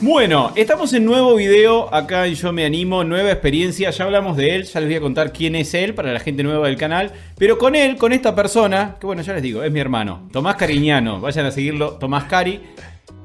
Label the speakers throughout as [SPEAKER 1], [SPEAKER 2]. [SPEAKER 1] Bueno, estamos en nuevo video acá en Yo Me Animo, nueva experiencia, ya hablamos de él, ya les voy a contar quién es él para la gente nueva del canal, pero con él, con esta persona, que bueno, ya les digo, es mi hermano, Tomás Cariñano, vayan a seguirlo, Tomás Cari.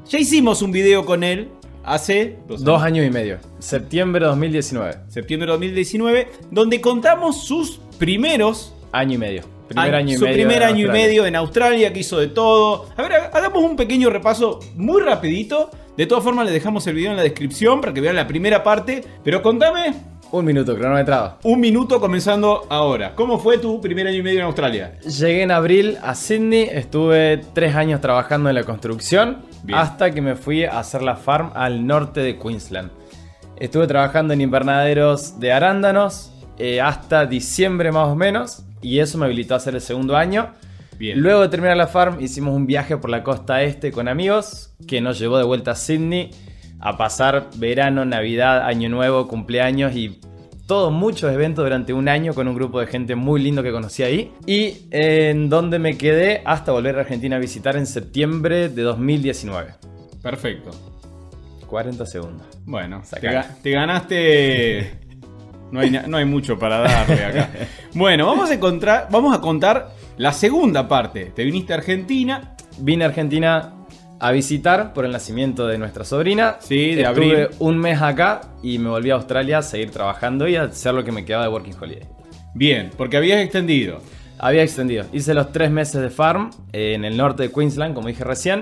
[SPEAKER 1] Ya hicimos un video con él hace
[SPEAKER 2] dos años, dos años y medio, septiembre de 2019.
[SPEAKER 1] Septiembre de 2019, donde contamos sus primeros...
[SPEAKER 2] Año y medio.
[SPEAKER 1] Primer año y su medio primer año Australia. y medio en Australia, que hizo de todo. A ver, hagamos un pequeño repaso muy rapidito. De todas formas, les dejamos el video en la descripción para que vean la primera parte. Pero contame.
[SPEAKER 2] Un minuto, cronometrado.
[SPEAKER 1] Un minuto comenzando ahora. ¿Cómo fue tu primer año y medio en Australia?
[SPEAKER 2] Llegué en abril a Sydney, estuve tres años trabajando en la construcción Bien. hasta que me fui a hacer la farm al norte de Queensland. Estuve trabajando en invernaderos de arándanos eh, hasta diciembre más o menos y eso me habilitó a hacer el segundo año. Bien. Luego de terminar la farm hicimos un viaje por la costa este con amigos que nos llevó de vuelta a Sydney a pasar verano, Navidad, Año Nuevo, cumpleaños y todos muchos eventos durante un año con un grupo de gente muy lindo que conocí ahí y en donde me quedé hasta volver a Argentina a visitar en septiembre de 2019.
[SPEAKER 1] Perfecto.
[SPEAKER 2] 40 segundos.
[SPEAKER 1] Bueno, te, te ganaste... No hay, no hay, mucho para darle acá. Bueno, vamos a, encontrar, vamos a contar la segunda parte. Te viniste a Argentina.
[SPEAKER 2] Vine a Argentina a visitar por el nacimiento de nuestra sobrina.
[SPEAKER 1] Sí, de
[SPEAKER 2] Estuve
[SPEAKER 1] abril.
[SPEAKER 2] un mes acá y me volví a Australia a seguir trabajando y a hacer lo que me quedaba de Working Holiday.
[SPEAKER 1] Bien, porque habías extendido.
[SPEAKER 2] Había extendido. Hice los tres meses de farm eh, en el norte de Queensland, como dije recién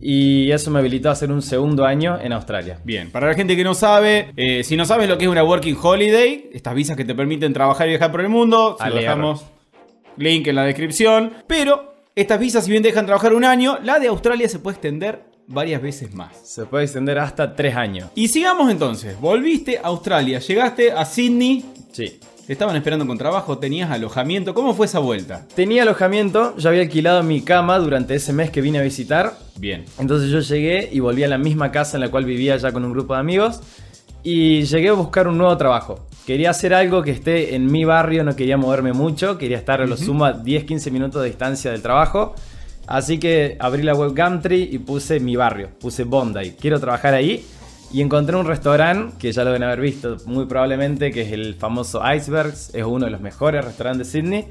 [SPEAKER 2] y eso me habilitó a hacer un segundo año en Australia.
[SPEAKER 1] Bien, para la gente que no sabe, eh, si no sabes lo que es una Working Holiday, estas visas que te permiten trabajar y viajar por el mundo, se dejamos link en la descripción, pero estas visas si bien dejan trabajar un año, la de Australia se puede extender varias veces más.
[SPEAKER 2] Se puede extender hasta tres años.
[SPEAKER 1] Y sigamos entonces, volviste a Australia, llegaste a Sydney.
[SPEAKER 2] Sí.
[SPEAKER 1] Te estaban esperando con trabajo, tenías alojamiento. ¿Cómo fue esa vuelta?
[SPEAKER 2] Tenía alojamiento, ya había alquilado mi cama durante ese mes que vine a visitar.
[SPEAKER 1] Bien.
[SPEAKER 2] Entonces yo llegué y volví a la misma casa en la cual vivía ya con un grupo de amigos. Y llegué a buscar un nuevo trabajo. Quería hacer algo que esté en mi barrio, no quería moverme mucho, quería estar a lo uh -huh. sumo a 10-15 minutos de distancia del trabajo. Así que abrí la web Gumtree y puse mi barrio, puse Bondi. Quiero trabajar ahí y encontré un restaurante que ya lo deben haber visto muy probablemente, que es el famoso Icebergs, es uno de los mejores restaurantes de Sydney.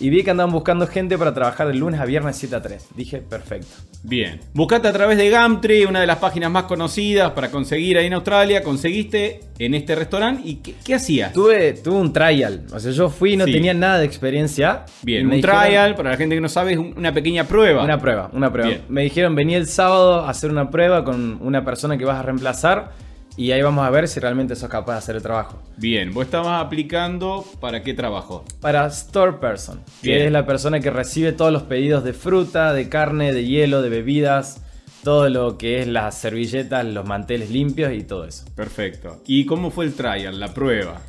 [SPEAKER 2] Y vi que andaban buscando gente para trabajar de lunes a viernes 7 a 3. Dije, perfecto.
[SPEAKER 1] Bien. Buscaste a través de Gumtree, una de las páginas más conocidas para conseguir ahí en Australia. Conseguiste en este restaurante. ¿Y qué, qué hacías?
[SPEAKER 2] Tuve, tuve un trial. O sea, yo fui y no sí. tenía nada de experiencia.
[SPEAKER 1] Bien, un dijeron, trial, para la gente que no sabe, es una pequeña prueba.
[SPEAKER 2] Una prueba, una prueba. Bien. Me dijeron, vení el sábado a hacer una prueba con una persona que vas a reemplazar. Y ahí vamos a ver si realmente sos capaz de hacer el trabajo.
[SPEAKER 1] Bien, vos estabas aplicando para qué trabajo?
[SPEAKER 2] Para store person, Bien. que es la persona que recibe todos los pedidos de fruta, de carne, de hielo, de bebidas, todo lo que es las servilletas, los manteles limpios y todo eso.
[SPEAKER 1] Perfecto. ¿Y cómo fue el trial, la prueba?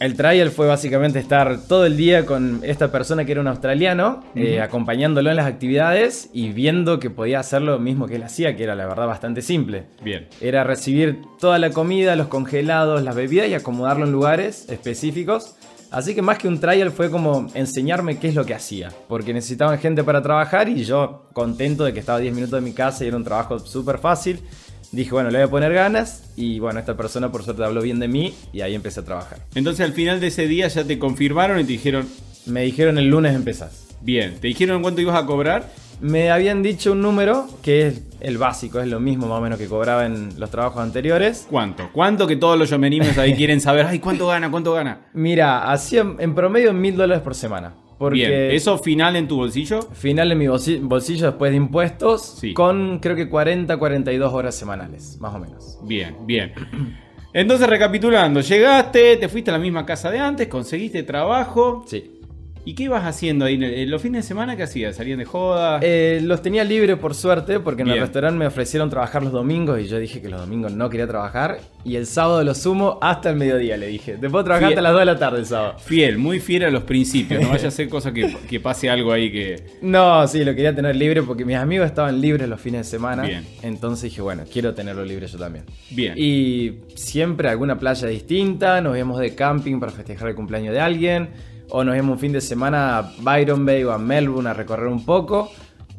[SPEAKER 2] El trial fue básicamente estar todo el día con esta persona que era un australiano, uh -huh. eh, acompañándolo en las actividades y viendo que podía hacer lo mismo que él hacía, que era la verdad bastante simple.
[SPEAKER 1] Bien.
[SPEAKER 2] Era recibir toda la comida, los congelados, las bebidas y acomodarlo en lugares específicos. Así que más que un trial fue como enseñarme qué es lo que hacía, porque necesitaban gente para trabajar y yo contento de que estaba 10 minutos de mi casa y era un trabajo súper fácil dije, bueno, le voy a poner ganas y bueno, esta persona por suerte habló bien de mí y ahí empecé a trabajar.
[SPEAKER 1] Entonces al final de ese día ya te confirmaron y te dijeron...
[SPEAKER 2] Me dijeron el lunes empezás.
[SPEAKER 1] Bien, ¿te dijeron cuánto ibas a cobrar?
[SPEAKER 2] Me habían dicho un número que es el básico, es lo mismo más o menos que cobraba en los trabajos anteriores.
[SPEAKER 1] ¿Cuánto? ¿Cuánto que todos los yomenimes ahí quieren saber? Ay, ¿cuánto gana? ¿Cuánto gana?
[SPEAKER 2] Mira, hacía en promedio mil dólares por semana. Porque Bien.
[SPEAKER 1] ¿Eso final en tu bolsillo?
[SPEAKER 2] Final en mi bolsillo después de impuestos, sí. con creo que 40, 42 horas semanales, más o menos.
[SPEAKER 1] Bien, bien. Entonces, recapitulando, llegaste, te fuiste a la misma casa de antes, conseguiste trabajo.
[SPEAKER 2] Sí.
[SPEAKER 1] ¿Y qué ibas haciendo ahí? en el- en ¿Los fines de semana qué hacías? ¿Salían de joda?
[SPEAKER 2] Eh, los tenía libre por suerte porque en el
[SPEAKER 1] Bien.
[SPEAKER 2] restaurante me ofrecieron trabajar los domingos y yo dije que los domingos no quería trabajar y el sábado lo sumo hasta el mediodía, le dije. Te puedo trabajar
[SPEAKER 1] Fie-
[SPEAKER 2] hasta las 2 de la tarde el sábado.
[SPEAKER 1] Fiel, muy fiel a los principios. No vaya a ser cosa que, que pase algo ahí que.
[SPEAKER 2] No, sí, lo quería tener libre porque mis amigos estaban libres los fines de semana.
[SPEAKER 1] Bien.
[SPEAKER 2] Entonces dije, bueno, quiero tenerlo libre yo también.
[SPEAKER 1] Bien.
[SPEAKER 2] Y siempre alguna playa distinta, nos íbamos de camping para festejar el cumpleaños de alguien, o nos íbamos un fin de semana a Byron Bay o a Melbourne a recorrer un poco.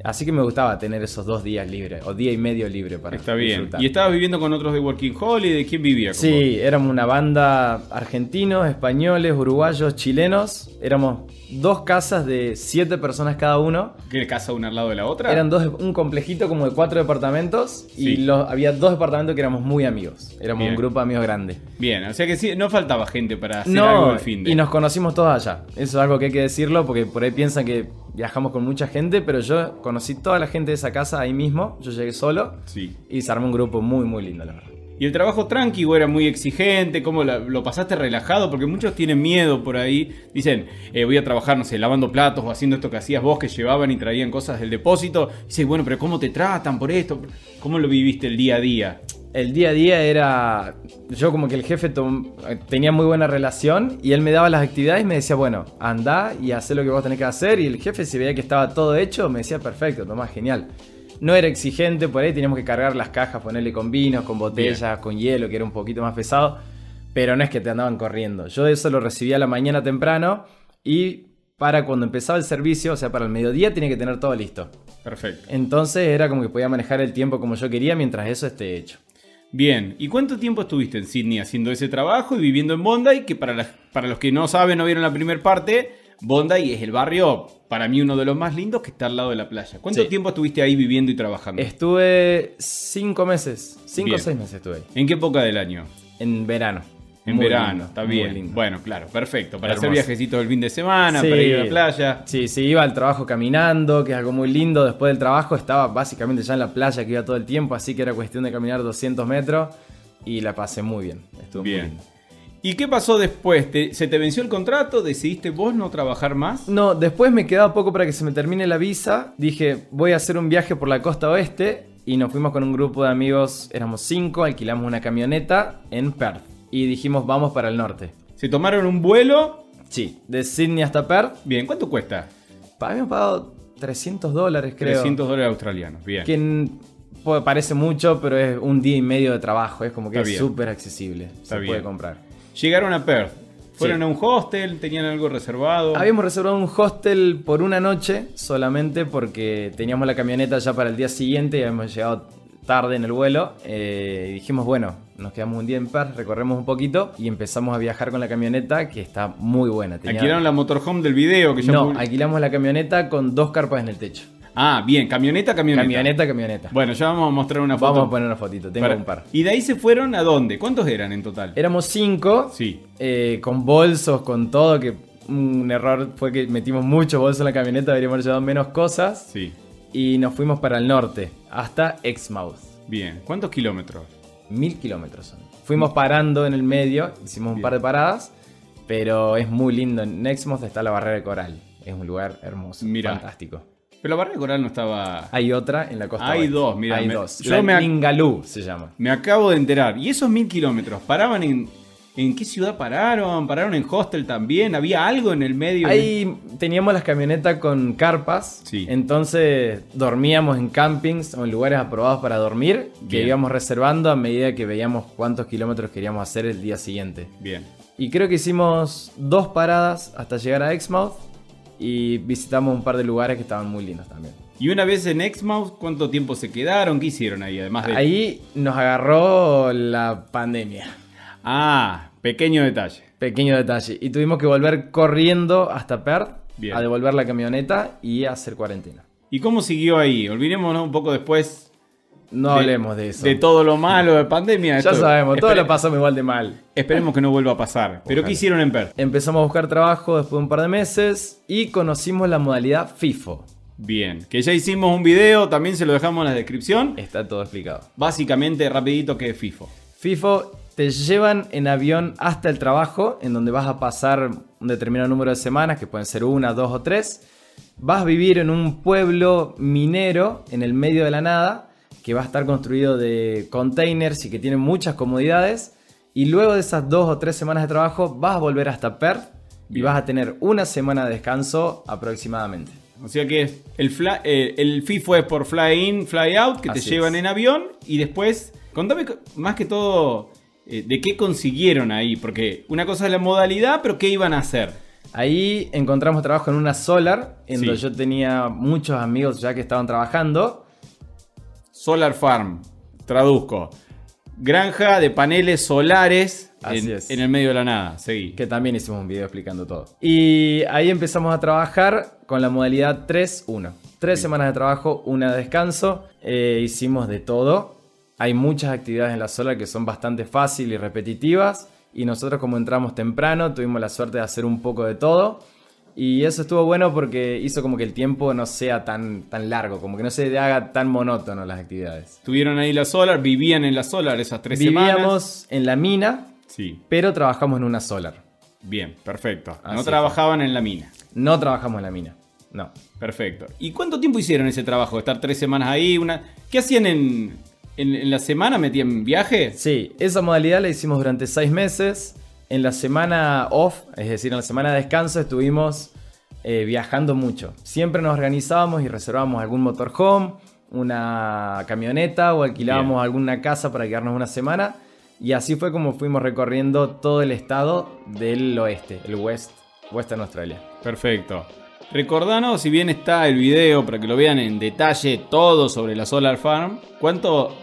[SPEAKER 2] Así que me gustaba tener esos dos días libres, o día y medio libre para
[SPEAKER 1] Está bien.
[SPEAKER 2] disfrutar.
[SPEAKER 1] ¿Y estabas viviendo con otros de Working Holiday? ¿Quién vivía? con vos?
[SPEAKER 2] Sí, éramos una banda argentinos, españoles, uruguayos, chilenos. Éramos dos casas de siete personas cada uno.
[SPEAKER 1] ¿Qué casa una al lado de la otra?
[SPEAKER 2] Eran dos, un complejito como de cuatro departamentos
[SPEAKER 1] Sí.
[SPEAKER 2] y los, había dos departamentos que éramos muy amigos. Éramos
[SPEAKER 1] Bien.
[SPEAKER 2] un grupo de amigos grande.
[SPEAKER 1] Bien, o sea que sí, no faltaba gente para hacer algo
[SPEAKER 2] No,
[SPEAKER 1] el fin de.
[SPEAKER 2] y nos conocimos todos allá. Eso es algo que hay que decirlo porque por ahí piensan que viajamos con mucha gente, pero yo conocí toda la gente de esa casa ahí mismo. Yo llegué solo
[SPEAKER 1] Sí.
[SPEAKER 2] y se armó un grupo muy, muy lindo, la verdad.
[SPEAKER 1] ¿Y el trabajo tranqui o era muy exigente? ¿Cómo la- lo pasaste relajado? Porque muchos tienen miedo por ahí. Dicen, eh, voy a trabajar, no sé, lavando platos o haciendo esto que hacías vos, que llevaban y traían cosas del depósito. Dices, bueno, pero ¿cómo te tratan por esto? ¿Cómo lo viviste el día a día?
[SPEAKER 2] el día a día era. Yo, como que el jefe tom- tenía muy buena relación y él me daba las actividades y me decía, bueno, anda y haz lo que vos tenés que hacer. Y el jefe, si veía que estaba todo hecho, me decía, perfecto, Tomás, genial. No era exigente, por ahí teníamos que cargar las cajas, ponerle con vinos, con botellas, con hielo, que era un poquito más pesado. Pero no es que te andaban corriendo. Yo eso lo recibía a la mañana temprano y para cuando empezaba el servicio, o sea, para el mediodía, tenía que tener todo listo.
[SPEAKER 1] Perfecto.
[SPEAKER 2] Entonces era como que podía manejar el tiempo como yo quería mientras eso esté hecho.
[SPEAKER 1] Bien, ¿y cuánto tiempo estuviste en Sydney haciendo ese trabajo y viviendo en Bondi? Que para, las- para los que no saben, no vieron la primera parte, Bondi es el barrio, para mí uno de los más lindos, que está al lado de la playa. ¿Cuánto
[SPEAKER 2] Sí.
[SPEAKER 1] tiempo estuviste ahí viviendo y trabajando?
[SPEAKER 2] Estuve cinco meses, cinco
[SPEAKER 1] Bien.
[SPEAKER 2] o seis meses estuve ahí.
[SPEAKER 1] ¿En qué época del año?
[SPEAKER 2] En verano.
[SPEAKER 1] En
[SPEAKER 2] Muy
[SPEAKER 1] verano,
[SPEAKER 2] lindo,
[SPEAKER 1] está
[SPEAKER 2] muy
[SPEAKER 1] bien.
[SPEAKER 2] lindo.
[SPEAKER 1] Bueno, claro, perfecto. Para hacer
[SPEAKER 2] Hermoso.
[SPEAKER 1] viajecitos el fin de semana,
[SPEAKER 2] Sí.
[SPEAKER 1] para ir a la playa.
[SPEAKER 2] Sí, sí, iba al trabajo caminando, que es algo muy lindo. Después del trabajo estaba básicamente ya en la playa, que iba todo el tiempo, así que era cuestión de caminar 200 metros y la pasé muy bien. Estuvo muy
[SPEAKER 1] Bien.
[SPEAKER 2] lindo.
[SPEAKER 1] ¿Y qué pasó después? ¿Te- ¿Se te venció el contrato? ¿Decidiste vos no trabajar más?
[SPEAKER 2] No, después me quedaba poco para que se me termine la visa. Dije, voy a hacer un viaje por la costa oeste. Y nos fuimos con un grupo de amigos, éramos cinco, alquilamos una camioneta en Perth. Y dijimos, vamos para el norte.
[SPEAKER 1] ¿Se tomaron un vuelo?
[SPEAKER 2] Sí, de Sydney hasta Perth.
[SPEAKER 1] Bien, ¿cuánto cuesta?
[SPEAKER 2] Habíamos pagado 300 dólares, creo.
[SPEAKER 1] 300 dólares australianos, bien.
[SPEAKER 2] Que n- po- parece mucho, pero es un día y medio de trabajo. Es como que
[SPEAKER 1] Está
[SPEAKER 2] es
[SPEAKER 1] bien.
[SPEAKER 2] súper accesible. se
[SPEAKER 1] bien.
[SPEAKER 2] puede comprar.
[SPEAKER 1] Llegaron a Perth. Fueron
[SPEAKER 2] Sí.
[SPEAKER 1] a un hostel, tenían algo reservado.
[SPEAKER 2] Habíamos reservado un hostel por una noche solamente porque teníamos la camioneta ya para el día siguiente y habíamos llegado tarde en el vuelo. eh, y dijimos, bueno, nos quedamos un día en Perth, recorremos un poquito y empezamos a viajar con la camioneta que está muy buena. tenía-
[SPEAKER 1] Alquilaron la motorhome del video que yo
[SPEAKER 2] No,
[SPEAKER 1] publi-
[SPEAKER 2] alquilamos la camioneta con dos carpas en el techo.
[SPEAKER 1] Ah, bien, camioneta, camioneta.
[SPEAKER 2] Camioneta, camioneta.
[SPEAKER 1] Bueno, ya vamos a mostrar una foto.
[SPEAKER 2] Vamos a poner una fotito, tengo
[SPEAKER 1] Para-
[SPEAKER 2] un par. Eh,
[SPEAKER 1] ¿Y de ahí se fueron a dónde? ¿Cuántos eran en total?
[SPEAKER 2] Éramos cinco,
[SPEAKER 1] Sí.
[SPEAKER 2] eh, con bolsos, con todo, que un error fue que metimos muchos bolsos en la camioneta, deberíamos haber llevado menos cosas,
[SPEAKER 1] Sí.
[SPEAKER 2] y nos fuimos para el norte, hasta Exmouth,
[SPEAKER 1] Bien. ¿Cuántos kilómetros?
[SPEAKER 2] mil kilómetros son. Fuimos parando en el medio, hicimos un
[SPEAKER 1] Mm. Bien.
[SPEAKER 2] par de paradas, pero es muy lindo, en Exmouth está la barrera de coral, es un lugar hermoso,
[SPEAKER 1] Mirá.
[SPEAKER 2] fantástico.
[SPEAKER 1] Pero la barra de coral no estaba.
[SPEAKER 2] Hay otra en la costa.
[SPEAKER 1] Hay
[SPEAKER 2] oeste.
[SPEAKER 1] dos, mirá,
[SPEAKER 2] Hay
[SPEAKER 1] me-
[SPEAKER 2] dos.
[SPEAKER 1] yo
[SPEAKER 2] la
[SPEAKER 1] me ac-
[SPEAKER 2] Ningaloo se llama.
[SPEAKER 1] Me acabo de enterar. ¿Y esos mil kilómetros paraban en. ¿En qué ciudad pararon? ¿Pararon en hostel también? ¿Había algo en el medio?
[SPEAKER 2] Ahí teníamos las camionetas con carpas,
[SPEAKER 1] Sí.
[SPEAKER 2] entonces dormíamos en campings o en lugares aprobados para dormir, que
[SPEAKER 1] Bien.
[SPEAKER 2] íbamos reservando a medida que veíamos cuántos kilómetros queríamos hacer el día siguiente.
[SPEAKER 1] Bien.
[SPEAKER 2] Y creo que hicimos dos paradas hasta llegar a Exmouth y visitamos un par de lugares que estaban muy lindos también.
[SPEAKER 1] ¿Y una vez en Exmouth, cuánto tiempo se quedaron? ¿Qué hicieron ahí? Además de.
[SPEAKER 2] Ahí nos agarró la pandemia.
[SPEAKER 1] Ah, pequeño detalle.
[SPEAKER 2] Pequeño detalle. Y tuvimos que volver corriendo hasta Perth
[SPEAKER 1] Bien.
[SPEAKER 2] a devolver la camioneta y a hacer cuarentena.
[SPEAKER 1] ¿Y cómo siguió ahí? Olvidémonos un poco después.
[SPEAKER 2] No
[SPEAKER 1] de-
[SPEAKER 2] hablemos de eso.
[SPEAKER 1] De todo lo malo de pandemia.
[SPEAKER 2] Ya
[SPEAKER 1] Esto-
[SPEAKER 2] sabemos, todo
[SPEAKER 1] espere-
[SPEAKER 2] lo pasamos igual de mal.
[SPEAKER 1] Esperemos que no vuelva a pasar. ¿Pero qué
[SPEAKER 2] Ojalá.
[SPEAKER 1] hicieron en Perth?
[SPEAKER 2] Empezamos a buscar trabajo después de un par de meses y conocimos la modalidad FIFO.
[SPEAKER 1] Bien, que ya hicimos un video, también se lo dejamos en la descripción.
[SPEAKER 2] Está todo explicado.
[SPEAKER 1] Básicamente, rapidito que es FIFO.
[SPEAKER 2] FIFO te llevan en avión hasta el trabajo, en donde vas a pasar un determinado número de semanas, que pueden ser una, dos o tres. Vas a vivir en un pueblo minero en el medio de la nada, que va a estar construido de containers y que tiene muchas comodidades. Y luego de esas dos o tres semanas de trabajo, vas a volver hasta Perth y vas a tener una semana de descanso aproximadamente.
[SPEAKER 1] O sea que es- el, fly- eh, el fee fue por fly in, fly out, que
[SPEAKER 2] Así
[SPEAKER 1] te
[SPEAKER 2] es.
[SPEAKER 1] llevan en avión y después, contame co- más que todo eh, de qué consiguieron ahí, porque una cosa es la modalidad, pero qué iban a hacer.
[SPEAKER 2] Ahí encontramos trabajo en una solar, en
[SPEAKER 1] Sí.
[SPEAKER 2] donde yo tenía muchos amigos ya que estaban trabajando.
[SPEAKER 1] Solar Farm, traduzco. Granja de paneles solares
[SPEAKER 2] Así
[SPEAKER 1] en,
[SPEAKER 2] es.
[SPEAKER 1] en el medio de la nada, seguí.
[SPEAKER 2] que también hicimos un video explicando todo. Y ahí empezamos a trabajar con la modalidad 3-1. Tres semanas de trabajo, una de descanso. Eh, hicimos de todo. Hay muchas actividades en la sola que son bastante fáciles y repetitivas. Y nosotros como entramos temprano, tuvimos la suerte de hacer un poco de todo. Y eso estuvo bueno porque hizo como que el tiempo no sea tan, tan largo, como que no se haga tan monótono las actividades.
[SPEAKER 1] Estuvieron ahí la solar, vivían en la solar esas tres
[SPEAKER 2] Vivíamos
[SPEAKER 1] semanas.
[SPEAKER 2] en la mina,
[SPEAKER 1] Sí,
[SPEAKER 2] pero trabajamos en una solar.
[SPEAKER 1] bien, perfecto.
[SPEAKER 2] Así
[SPEAKER 1] no
[SPEAKER 2] fue.
[SPEAKER 1] trabajaban en la mina.
[SPEAKER 2] No trabajamos en la mina, no.
[SPEAKER 1] Perfecto. ¿Y cuánto tiempo hicieron ese trabajo? ¿Estar tres semanas ahí? Una... ¿Qué hacían en, en, en la semana? ¿Metían viajes?
[SPEAKER 2] Sí, esa modalidad la hicimos durante seis meses. En la semana off, es decir, en la semana de descanso, estuvimos eh, viajando mucho. Siempre nos organizábamos y reservábamos algún motorhome, una camioneta o alquilábamos
[SPEAKER 1] Bien.
[SPEAKER 2] alguna casa para quedarnos una semana. Y así fue como fuimos recorriendo todo el estado del oeste, el West, Western Australia.
[SPEAKER 1] Perfecto. Recordanos, si bien está el video para que lo vean en detalle todo sobre la Solar Farm, ¿cuánto,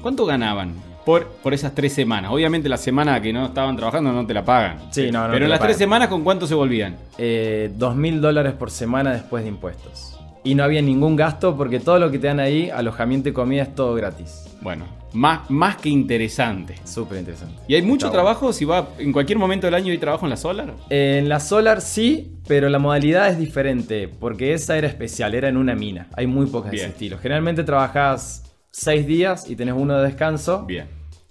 [SPEAKER 1] cuánto ganaban por, por esas tres semanas? Obviamente la semana que no estaban trabajando no te la pagan.
[SPEAKER 2] Sí, no, no te
[SPEAKER 1] Pero
[SPEAKER 2] la
[SPEAKER 1] en las
[SPEAKER 2] pagan.
[SPEAKER 1] tres semanas, ¿con cuánto se volvían?
[SPEAKER 2] eh, 2.000 dólares por semana después de impuestos. Y no había ningún gasto porque todo lo que te dan ahí, alojamiento y comida, es todo gratis.
[SPEAKER 1] Bueno, más, más que interesante.
[SPEAKER 2] Súper interesante.
[SPEAKER 1] ¿Y hay mucho
[SPEAKER 2] Está bueno.
[SPEAKER 1] trabajo si va en cualquier momento del año hay trabajo en la Solar?
[SPEAKER 2] En la Solar sí, pero la modalidad es diferente, porque esa era especial, era en una mina. Hay muy pocas de
[SPEAKER 1] Bien.
[SPEAKER 2] ese estilo. Generalmente trabajas seis días y tenés uno de descanso.
[SPEAKER 1] Bien.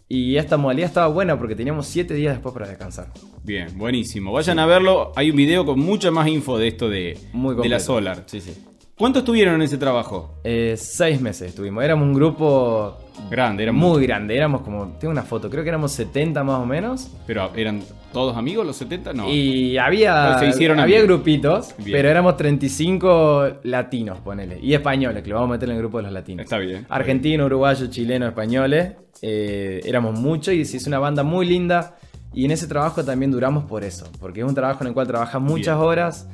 [SPEAKER 2] Y esta modalidad estaba buena porque teníamos siete días después para descansar.
[SPEAKER 1] Bien, buenísimo. Vayan a verlo. Hay un video con mucha más info de esto de,
[SPEAKER 2] Muy
[SPEAKER 1] de la
[SPEAKER 2] completo.
[SPEAKER 1] Solar.
[SPEAKER 2] Sí, sí.
[SPEAKER 1] ¿Cuánto estuvieron en ese trabajo?
[SPEAKER 2] Eh, seis meses estuvimos. Éramos un grupo
[SPEAKER 1] Grande, era
[SPEAKER 2] muy grande. Éramos como. Tengo una foto, creo que éramos 70 más o menos.
[SPEAKER 1] Pero eran todos amigos los 70, no.
[SPEAKER 2] Y había,
[SPEAKER 1] Pero se hicieron
[SPEAKER 2] había
[SPEAKER 1] amigos.
[SPEAKER 2] grupitos,
[SPEAKER 1] Bien.
[SPEAKER 2] pero éramos 35 latinos, ponele. Y españoles, que lo vamos a meter en el grupo de los latinos.
[SPEAKER 1] Está bien.
[SPEAKER 2] Argentino, uruguayo, chileno, españoles. eh, éramos muchos y se hizo una banda muy linda. Y en ese trabajo también duramos por eso. Porque es un trabajo en el cual trabajas muchas
[SPEAKER 1] Bien.
[SPEAKER 2] horas.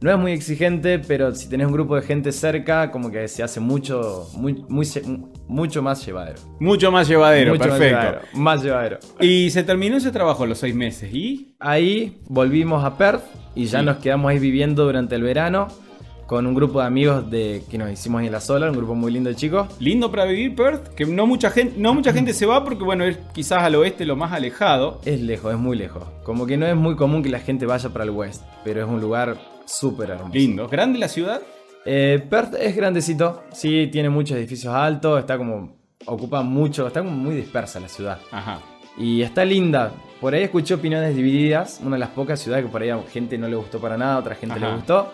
[SPEAKER 2] No es muy exigente, pero si tenés un grupo de gente cerca, como que se hace mucho, muy, muy se- mucho más llevadero.
[SPEAKER 1] Mucho más llevadero,
[SPEAKER 2] Mucho más
[SPEAKER 1] perfecto.
[SPEAKER 2] llevadero, Más llevadero.
[SPEAKER 1] Y se terminó ese trabajo a los seis meses. ¿Y?
[SPEAKER 2] Ahí volvimos a Perth y ya
[SPEAKER 1] Sí.
[SPEAKER 2] nos quedamos ahí viviendo durante el verano con un grupo de amigos de, que nos hicimos ahí en la sola, un grupo muy lindo de chicos.
[SPEAKER 1] Lindo para vivir Perth, que no mucha gente, no mucha gente se va porque bueno, es quizás al oeste lo más alejado.
[SPEAKER 2] Es lejos, es muy lejos. Como que no es muy común que la gente vaya para el West, pero es un lugar súper hermoso.
[SPEAKER 1] Lindo. ¿Grande la ciudad?
[SPEAKER 2] Eh, Perth es grandecito, sí, tiene muchos edificios altos, está como, ocupa mucho, está como muy dispersa la ciudad.
[SPEAKER 1] Ajá.
[SPEAKER 2] Y está linda. Por ahí escuché opiniones divididas. Una de las pocas ciudades que por ahí a gente no le gustó para nada, a otra gente
[SPEAKER 1] Ajá.
[SPEAKER 2] le gustó.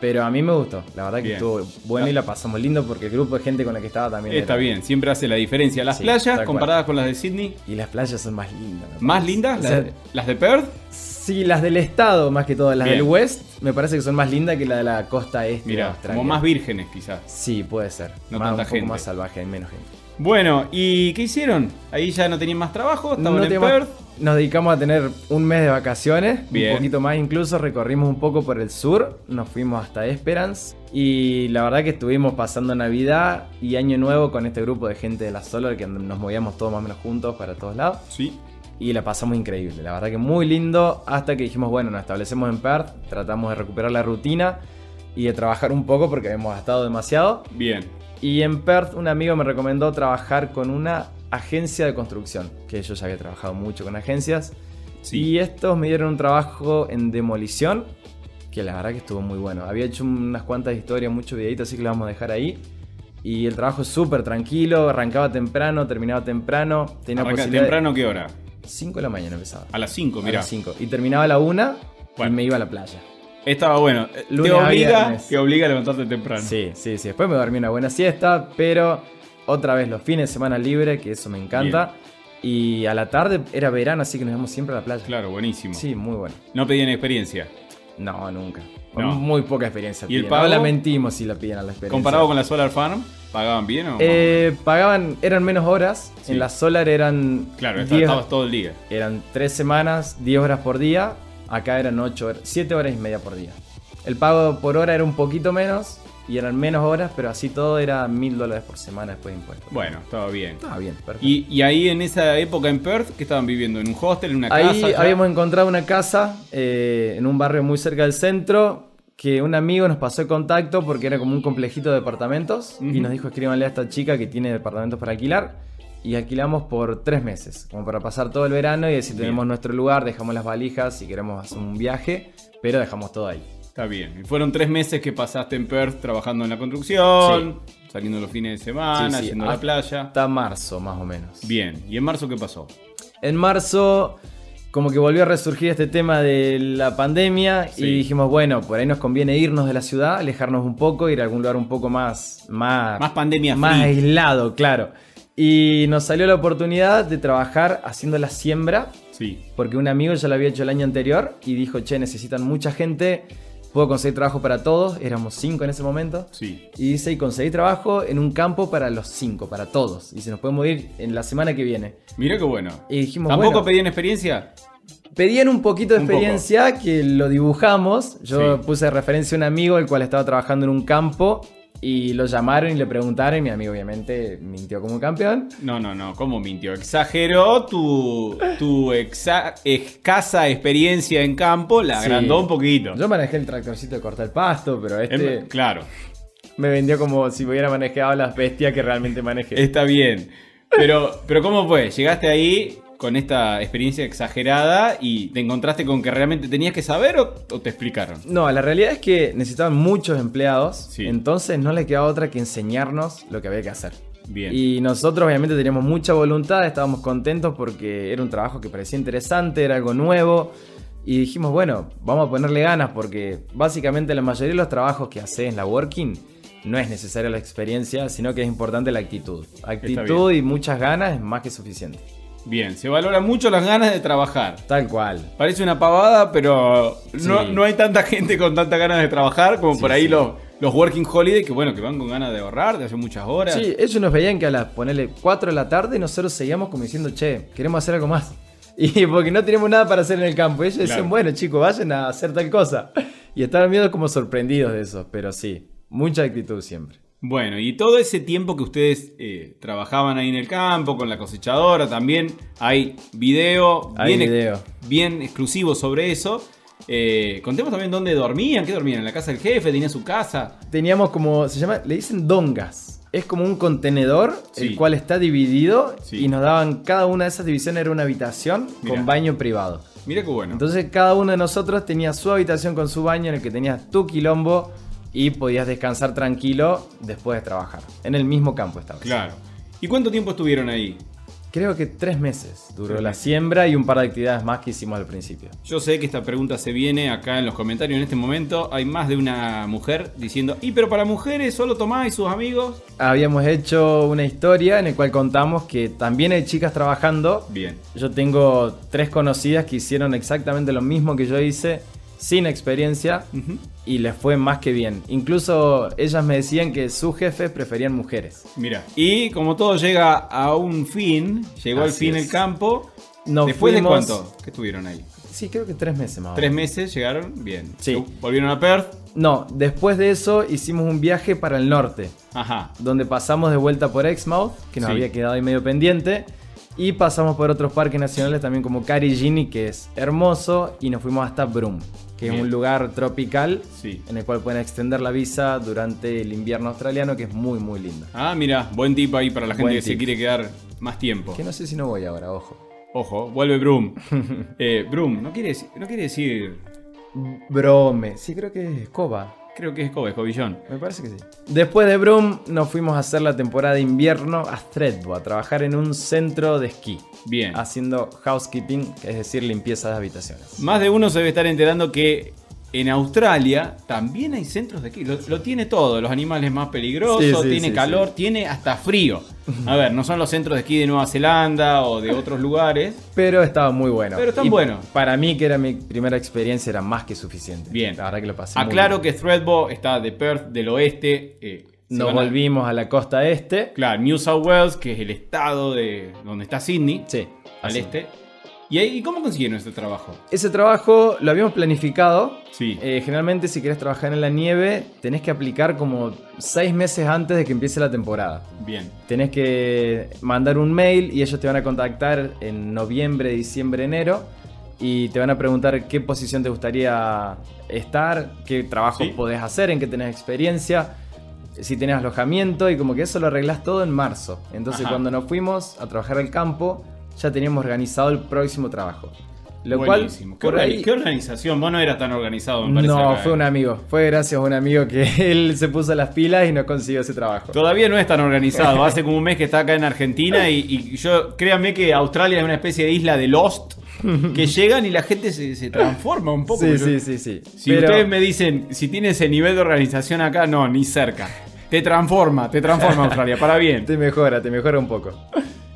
[SPEAKER 2] Pero a mí me gustó. La verdad que
[SPEAKER 1] Bien.
[SPEAKER 2] estuvo bueno y la pasamos lindo porque el grupo de gente con la que estaba también.
[SPEAKER 1] Está
[SPEAKER 2] era-
[SPEAKER 1] bien, siempre hace la diferencia. Las
[SPEAKER 2] Sí, tal
[SPEAKER 1] playas
[SPEAKER 2] cual.
[SPEAKER 1] comparadas con las de Sydney,
[SPEAKER 2] Y las playas son más lindas. me
[SPEAKER 1] más
[SPEAKER 2] parece.
[SPEAKER 1] lindas,
[SPEAKER 2] O
[SPEAKER 1] las
[SPEAKER 2] sea,
[SPEAKER 1] de- las de Perth.
[SPEAKER 2] sí, las del estado más que todas. Las
[SPEAKER 1] Bien.
[SPEAKER 2] del West me parece que son más lindas que la de la costa este. de
[SPEAKER 1] Mira,
[SPEAKER 2] Australia.
[SPEAKER 1] como más vírgenes quizás.
[SPEAKER 2] Sí, puede ser.
[SPEAKER 1] No
[SPEAKER 2] más,
[SPEAKER 1] tanta
[SPEAKER 2] un poco
[SPEAKER 1] gente.
[SPEAKER 2] más salvaje, hay menos gente.
[SPEAKER 1] Bueno, ¿y qué hicieron? Ahí ya no tenían más trabajo, estaban
[SPEAKER 2] No
[SPEAKER 1] en
[SPEAKER 2] tenemos-
[SPEAKER 1] Perth.
[SPEAKER 2] Nos dedicamos a tener un mes de vacaciones,
[SPEAKER 1] Bien.
[SPEAKER 2] un poquito más incluso, recorrimos un poco por el sur, nos fuimos hasta Esperance y la verdad que estuvimos pasando Navidad y Año Nuevo con este grupo de gente de la Solar que nos movíamos todos más o menos juntos para todos lados
[SPEAKER 1] Sí.
[SPEAKER 2] y la pasamos increíble, la verdad que muy lindo hasta que dijimos, bueno, nos establecemos en Perth, tratamos de recuperar la rutina y de trabajar un poco porque habíamos gastado demasiado
[SPEAKER 1] Bien.
[SPEAKER 2] y en Perth un amigo me recomendó trabajar con una agencia de construcción, que yo ya había trabajado mucho con agencias.
[SPEAKER 1] Sí.
[SPEAKER 2] Y estos me dieron un trabajo en demolición, que la verdad que estuvo muy bueno. Había hecho unas cuantas historias, muchos videitos, así que lo vamos a dejar ahí. Y el trabajo es súper tranquilo, arrancaba temprano, terminaba temprano, tenía
[SPEAKER 1] Arranca
[SPEAKER 2] posibilidad...
[SPEAKER 1] temprano qué hora?
[SPEAKER 2] 5 de la mañana empezaba.
[SPEAKER 1] A las 5,
[SPEAKER 2] A
[SPEAKER 1] mira.
[SPEAKER 2] las 5. Y terminaba a la 1
[SPEAKER 1] Bueno.
[SPEAKER 2] y me iba a la playa.
[SPEAKER 1] Estaba bueno. Eh,
[SPEAKER 2] Lunes
[SPEAKER 1] te
[SPEAKER 2] a
[SPEAKER 1] obliga,
[SPEAKER 2] viernes.
[SPEAKER 1] te obliga a levantarte temprano.
[SPEAKER 2] Sí, sí, sí. Después me dormí una buena siesta, pero otra vez los fines de semana libre, que eso me encanta. Y a la tarde era verano, así que nos íbamos siempre a la playa.
[SPEAKER 1] Claro, buenísimo.
[SPEAKER 2] Sí, muy bueno.
[SPEAKER 1] No pedían experiencia.
[SPEAKER 2] No, nunca.
[SPEAKER 1] No.
[SPEAKER 2] Muy poca experiencia.
[SPEAKER 1] ¿Y el
[SPEAKER 2] piden.
[SPEAKER 1] pago?
[SPEAKER 2] Ahora mentimos si la piden a la experiencia.
[SPEAKER 1] Comparado con la Solar Farm, ¿pagaban bien o
[SPEAKER 2] Eh, pagaban, eran menos horas.
[SPEAKER 1] Sí.
[SPEAKER 2] En la Solar eran.
[SPEAKER 1] Claro, esta-
[SPEAKER 2] 10
[SPEAKER 1] estabas todo el día.
[SPEAKER 2] Eran tres semanas, 10 horas por día. Acá eran 8 horas, 7 horas y media por día. El pago por hora era un poquito menos y eran menos horas, pero así todo era mil dólares por semana después de impuestos.
[SPEAKER 1] Bueno, estaba bien.
[SPEAKER 2] Estaba bien, perfecto.
[SPEAKER 1] Y, y ahí en esa época en Perth, ¿qué estaban viviendo? ¿En un hostel? ¿En una
[SPEAKER 2] Ahí
[SPEAKER 1] casa? ya?
[SPEAKER 2] habíamos encontrado una casa eh, en un barrio muy cerca del centro que un amigo nos pasó el contacto porque era como un complejito de departamentos
[SPEAKER 1] Ujú.
[SPEAKER 2] y nos dijo escríbanle a esta chica que tiene departamentos para alquilar y alquilamos por tres meses, como para pasar todo el verano y decir
[SPEAKER 1] Bien.
[SPEAKER 2] tenemos nuestro lugar, dejamos las valijas si queremos hacer un viaje, pero dejamos todo ahí.
[SPEAKER 1] Está bien. Y Fueron tres meses que pasaste en Perth trabajando en la construcción, saliendo los fines de semana,
[SPEAKER 2] Sí, sí.
[SPEAKER 1] haciendo
[SPEAKER 2] Ah.
[SPEAKER 1] la playa.
[SPEAKER 2] Hasta marzo más o menos.
[SPEAKER 1] Bien. ¿Y en marzo qué pasó?
[SPEAKER 2] En marzo, como que volvió a resurgir este tema de la pandemia
[SPEAKER 1] Sí.
[SPEAKER 2] y dijimos, bueno, por ahí nos conviene irnos de la ciudad, alejarnos un poco, ir a algún lugar un poco más, más,
[SPEAKER 1] Más pandemia
[SPEAKER 2] más
[SPEAKER 1] free.
[SPEAKER 2] aislado, claro. Y nos salió la oportunidad de trabajar haciendo la siembra,
[SPEAKER 1] Sí.
[SPEAKER 2] porque un amigo ya lo había hecho el año anterior y dijo, che, necesitan mucha gente, puedo conseguir trabajo para todos, éramos cinco en ese momento.
[SPEAKER 1] Sí.
[SPEAKER 2] Y dice, y conseguí trabajo en un campo para los cinco, para todos. Y se nos podemos ir en la semana que viene.
[SPEAKER 1] Mira qué bueno.
[SPEAKER 2] Y dijimos,
[SPEAKER 1] ¿Tampoco
[SPEAKER 2] bueno,
[SPEAKER 1] pedían experiencia?
[SPEAKER 2] Pedían un poquito de
[SPEAKER 1] Un
[SPEAKER 2] experiencia que lo dibujamos. Yo
[SPEAKER 1] Sí.
[SPEAKER 2] puse de referencia a un amigo el cual estaba trabajando en un campo y lo llamaron y le preguntaron y mi amigo obviamente mintió como un campeón.
[SPEAKER 1] No, no, no. ¿Cómo mintió? Exageró tu, tu exa- escasa experiencia en campo, la
[SPEAKER 2] Sí.
[SPEAKER 1] agrandó un poquito.
[SPEAKER 2] Yo manejé el tractorcito de cortar el pasto, pero este
[SPEAKER 1] En- Claro.
[SPEAKER 2] me vendió como si hubiera manejado las bestias que realmente manejé.
[SPEAKER 1] Está bien. Pero, pero ¿cómo fue? Llegaste ahí con esta experiencia exagerada y te encontraste con que realmente tenías que saber o, o te explicaron.
[SPEAKER 2] No, la realidad es que necesitaban muchos empleados,
[SPEAKER 1] Sí.
[SPEAKER 2] entonces no le quedaba otra que enseñarnos lo que había que hacer.
[SPEAKER 1] Bien.
[SPEAKER 2] Y nosotros obviamente teníamos mucha voluntad, estábamos contentos porque era un trabajo que parecía interesante, era algo nuevo. Y dijimos, bueno, vamos a ponerle ganas porque básicamente la mayoría de los trabajos que haces en la working no es necesaria la experiencia, sino que es importante la actitud. Actitud y muchas ganas es más que suficiente.
[SPEAKER 1] Bien, se valora mucho las ganas de trabajar.
[SPEAKER 2] Tal cual.
[SPEAKER 1] Parece una pavada, pero no,
[SPEAKER 2] Sí.
[SPEAKER 1] no hay tanta gente con tantas ganas de trabajar como
[SPEAKER 2] Sí,
[SPEAKER 1] por ahí
[SPEAKER 2] sí.
[SPEAKER 1] los, los working holiday, que bueno, que van con ganas de ahorrar, de hacer muchas horas.
[SPEAKER 2] Sí, ellos nos veían que a las, ponele, 4 de la tarde nosotros seguíamos como diciendo, che, queremos hacer algo más. Y porque no tenemos nada para hacer en el campo. Ellos
[SPEAKER 1] Claro.
[SPEAKER 2] decían, bueno, chicos, vayan a hacer tal cosa. Y estaban medio como sorprendidos de eso, pero sí, mucha actitud siempre.
[SPEAKER 1] Bueno, y todo ese tiempo que ustedes eh, trabajaban ahí en el campo, con la cosechadora, también hay video,
[SPEAKER 2] Hay
[SPEAKER 1] bien, ex-
[SPEAKER 2] video.
[SPEAKER 1] bien exclusivo sobre eso. Eh, contemos también dónde dormían, qué dormían, en la casa del jefe, tenía su casa.
[SPEAKER 2] Teníamos como, se llama, le dicen dongas. Es como un contenedor,
[SPEAKER 1] Sí.
[SPEAKER 2] el cual está dividido
[SPEAKER 1] Sí.
[SPEAKER 2] y nos daban, cada una de esas divisiones era una habitación
[SPEAKER 1] Mirá.
[SPEAKER 2] con baño privado.
[SPEAKER 1] Mira qué bueno.
[SPEAKER 2] Entonces cada uno de nosotros tenía su habitación con su baño en el que tenías tu quilombo y podías descansar tranquilo después de trabajar. En el mismo campo esta vez.
[SPEAKER 1] claro. ¿Y cuánto tiempo estuvieron ahí?
[SPEAKER 2] Creo que tres meses duró
[SPEAKER 1] Tres
[SPEAKER 2] la
[SPEAKER 1] meses.
[SPEAKER 2] siembra y un par de actividades más que hicimos al principio.
[SPEAKER 1] Yo sé que esta pregunta se viene acá en los comentarios en este momento. Hay más de una mujer diciendo, y pero para mujeres solo Tomás y sus amigos.
[SPEAKER 2] Habíamos hecho una historia en la cual contamos que también hay chicas trabajando.
[SPEAKER 1] Bien.
[SPEAKER 2] Yo tengo tres conocidas que hicieron exactamente lo mismo que yo hice, sin experiencia,
[SPEAKER 1] Ujú.
[SPEAKER 2] y les fue más que bien. Incluso ellas me decían que sus jefes preferían mujeres.
[SPEAKER 1] Mira. Y como todo llega a un fin, llegó al
[SPEAKER 2] Así
[SPEAKER 1] fin
[SPEAKER 2] es.
[SPEAKER 1] el campo.
[SPEAKER 2] Nos
[SPEAKER 1] ¿Después
[SPEAKER 2] fuimos-
[SPEAKER 1] de cuánto? ¿Qué estuvieron ahí?
[SPEAKER 2] Sí, creo que tres meses más. o
[SPEAKER 1] ¿Tres
[SPEAKER 2] menos.
[SPEAKER 1] meses? ¿Llegaron? Bien.
[SPEAKER 2] Sí.
[SPEAKER 1] ¿Volvieron a Perth?
[SPEAKER 2] No, después de eso hicimos un viaje para el norte,
[SPEAKER 1] Ajá.
[SPEAKER 2] donde pasamos de vuelta por Exmouth, que nos
[SPEAKER 1] Sí.
[SPEAKER 2] había quedado ahí medio pendiente, y pasamos por otros parques nacionales también como Carigini, que es hermoso, y nos fuimos hasta Broome, que
[SPEAKER 1] Bien.
[SPEAKER 2] es un lugar tropical
[SPEAKER 1] Sí.
[SPEAKER 2] en el cual pueden extender la visa durante el invierno australiano, que es muy, muy lindo.
[SPEAKER 1] Ah, mira, buen tip ahí para la gente
[SPEAKER 2] Buen
[SPEAKER 1] que se
[SPEAKER 2] tip.
[SPEAKER 1] quiere quedar más tiempo.
[SPEAKER 2] Que no sé si no voy ahora, ojo.
[SPEAKER 1] Ojo, vuelve Broom. eh, Broom, no quiere, deci- no quiere decir
[SPEAKER 2] Brome, sí creo que es escoba.
[SPEAKER 1] Creo que es Kobe, Cobillón.
[SPEAKER 2] Me parece que sí. Después de Broom, nos fuimos a hacer la temporada de invierno a Threadbo, a trabajar en un centro de esquí,
[SPEAKER 1] Bien.
[SPEAKER 2] haciendo housekeeping, es decir, limpieza de habitaciones.
[SPEAKER 1] Más de uno se debe estar enterando que en Australia también hay centros de esquí. Lo, lo tiene todo, los animales más peligrosos,
[SPEAKER 2] Sí, sí,
[SPEAKER 1] tiene
[SPEAKER 2] sí,
[SPEAKER 1] calor, tiene hasta frío. A ver, no son los centros de esquí de Nueva Zelanda o de otros lugares.
[SPEAKER 2] Pero estaba muy bueno.
[SPEAKER 1] Pero están
[SPEAKER 2] Y
[SPEAKER 1] buenos.
[SPEAKER 2] Para mí, que era mi primera experiencia, era más que suficiente.
[SPEAKER 1] Bien.
[SPEAKER 2] La verdad que lo pasé. muy
[SPEAKER 1] Aclaro
[SPEAKER 2] bien.
[SPEAKER 1] que Threadbo está de Perth, del oeste. eh, se
[SPEAKER 2] Nos
[SPEAKER 1] van a-
[SPEAKER 2] volvimos a la costa este.
[SPEAKER 1] Claro, New South Wales, que es el estado de donde está Sydney,
[SPEAKER 2] Sí.
[SPEAKER 1] al
[SPEAKER 2] así.
[SPEAKER 1] este. ¿Y ahí ¿y cómo consiguieron este trabajo?
[SPEAKER 2] Ese trabajo lo habíamos planificado.
[SPEAKER 1] Sí.
[SPEAKER 2] Eh, generalmente, si querés trabajar en la nieve, tenés que aplicar como seis meses antes de que empiece la temporada.
[SPEAKER 1] Bien.
[SPEAKER 2] Tenés que mandar un mail y ellos te van a contactar en noviembre, diciembre, enero. Y te van a preguntar qué posición te gustaría estar, qué trabajo
[SPEAKER 1] Sí.
[SPEAKER 2] podés hacer, en qué tenés experiencia, si tenés alojamiento y como que eso lo arreglás todo en marzo. Entonces
[SPEAKER 1] Ajá.
[SPEAKER 2] cuando nos fuimos a trabajar al campo ya teníamos organizado el próximo trabajo. Lo
[SPEAKER 1] Buenísimo.
[SPEAKER 2] cual, por
[SPEAKER 1] ¿Qué, organi-
[SPEAKER 2] ahí,
[SPEAKER 1] qué organización? Vos no eras tan organizado, me parece.
[SPEAKER 2] no,
[SPEAKER 1] acá,
[SPEAKER 2] fue
[SPEAKER 1] eh.
[SPEAKER 2] un amigo. Fue gracias a un amigo que él se puso las pilas y nos consiguió ese trabajo.
[SPEAKER 1] Todavía no es tan organizado. Hace como un mes que está acá en Argentina y, y yo créanme que Australia es una especie de isla de Lost que llegan y la gente se, se transforma un poco.
[SPEAKER 2] Sí,
[SPEAKER 1] Yo-
[SPEAKER 2] sí, sí, sí.
[SPEAKER 1] Si
[SPEAKER 2] Pero-
[SPEAKER 1] ustedes me dicen, si tiene ese nivel de organización acá, no, ni cerca. Te transforma, te transforma Australia, para bien.
[SPEAKER 2] Te mejora, te mejora un poco.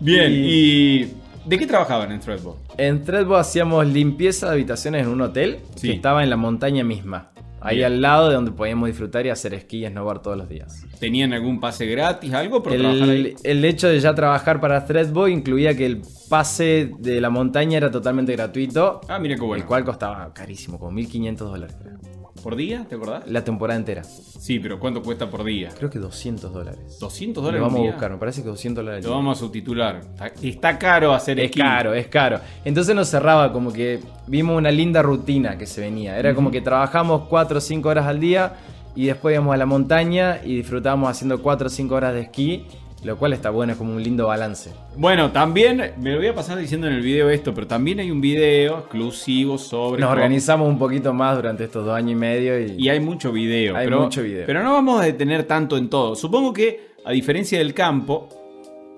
[SPEAKER 1] Bien,
[SPEAKER 2] Y-
[SPEAKER 1] y... ¿De qué trabajaban en Threadbo?
[SPEAKER 2] En Threadbo hacíamos limpieza de habitaciones en un hotel
[SPEAKER 1] Sí.
[SPEAKER 2] que estaba en la montaña misma. Ahí
[SPEAKER 1] Bien.
[SPEAKER 2] al lado de donde podíamos disfrutar y hacer esquí y snowboard todos los días.
[SPEAKER 1] ¿Tenían algún pase gratis, algo por trabajar ahí?
[SPEAKER 2] El, el hecho de ya trabajar para Threadbo incluía que el pase de la montaña era totalmente gratuito,
[SPEAKER 1] Ah, mira qué
[SPEAKER 2] el
[SPEAKER 1] bueno.
[SPEAKER 2] cual costaba carísimo, como 1.500 dólares. creo.
[SPEAKER 1] ¿Por día, te acordás?
[SPEAKER 2] La temporada entera.
[SPEAKER 1] Sí, pero ¿cuánto cuesta por día?
[SPEAKER 2] Creo que 200 dólares.
[SPEAKER 1] ¿200
[SPEAKER 2] Lo
[SPEAKER 1] dólares
[SPEAKER 2] vamos
[SPEAKER 1] un
[SPEAKER 2] a
[SPEAKER 1] día?
[SPEAKER 2] buscar, me parece que 200 dólares.
[SPEAKER 1] Lo vamos a subtitular. Está, está caro hacer
[SPEAKER 2] Es
[SPEAKER 1] esquí.
[SPEAKER 2] caro, es caro. Entonces nos cerraba como que vimos una linda rutina que se venía. Era como que trabajamos 4 o 5 horas al día y después íbamos a la montaña y disfrutábamos haciendo 4 o 5 horas de esquí, lo cual está bueno, es como un lindo balance.
[SPEAKER 1] Bueno, también, me lo voy a pasar diciendo en el video esto, pero también hay un video exclusivo sobre...
[SPEAKER 2] Nos
[SPEAKER 1] cómo-
[SPEAKER 2] organizamos un poquito más durante estos dos años y medio
[SPEAKER 1] Y
[SPEAKER 2] y,
[SPEAKER 1] hay mucho video.
[SPEAKER 2] Hay
[SPEAKER 1] pero,
[SPEAKER 2] mucho video.
[SPEAKER 1] Pero no vamos a detener tanto en todo. Supongo que, a diferencia del campo,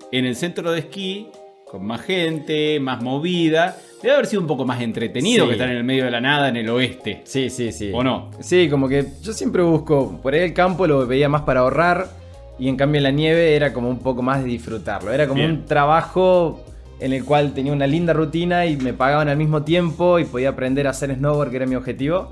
[SPEAKER 1] en el centro de esquí, con más gente, más movida, debe haber sido un poco más entretenido
[SPEAKER 2] Sí.
[SPEAKER 1] que estar en el medio de la nada en el oeste.
[SPEAKER 2] Sí, sí, sí.
[SPEAKER 1] ¿O no?
[SPEAKER 2] Sí, como que yo siempre busco, por ahí el campo lo veía más para ahorrar y en cambio la nieve era como un poco más de disfrutarlo. Era como
[SPEAKER 1] Bien.
[SPEAKER 2] un trabajo en el cual tenía una linda rutina y me pagaban al mismo tiempo y podía aprender a hacer snowboard, que era mi objetivo.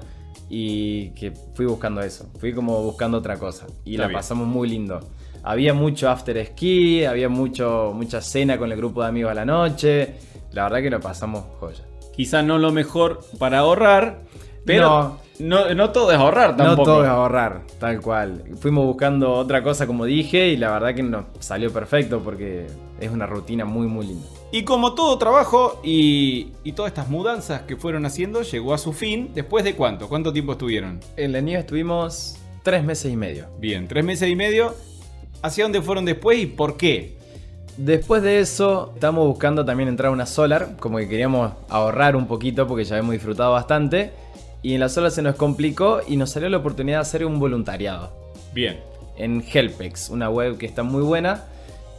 [SPEAKER 2] Y que fui buscando eso, fui como buscando otra cosa. Y
[SPEAKER 1] Está
[SPEAKER 2] la
[SPEAKER 1] bien.
[SPEAKER 2] pasamos muy lindo. Había mucho after ski, había mucho, mucha cena con el grupo de amigos a la noche. La verdad que lo pasamos joya.
[SPEAKER 1] Quizás no lo mejor para ahorrar, pero no, no todo es ahorrar
[SPEAKER 2] No
[SPEAKER 1] tampoco.
[SPEAKER 2] todo es ahorrar, tal cual. Fuimos buscando otra cosa, como dije, y la verdad que nos salió perfecto porque es una rutina muy, muy linda.
[SPEAKER 1] Y como todo trabajo y, y todas estas mudanzas que fueron haciendo, llegó a su fin. ¿Después de cuánto? ¿Cuánto tiempo estuvieron?
[SPEAKER 2] En la nieve estuvimos tres meses y medio.
[SPEAKER 1] Bien, tres meses y medio. ¿Hacia dónde fueron después y por qué?
[SPEAKER 2] Después de eso, estamos buscando también entrar a una solar, como que queríamos ahorrar un poquito porque ya hemos disfrutado bastante. Y en la solar se nos complicó y nos salió la oportunidad de hacer un voluntariado.
[SPEAKER 1] Bien.
[SPEAKER 2] en Helpex, una web que está muy buena.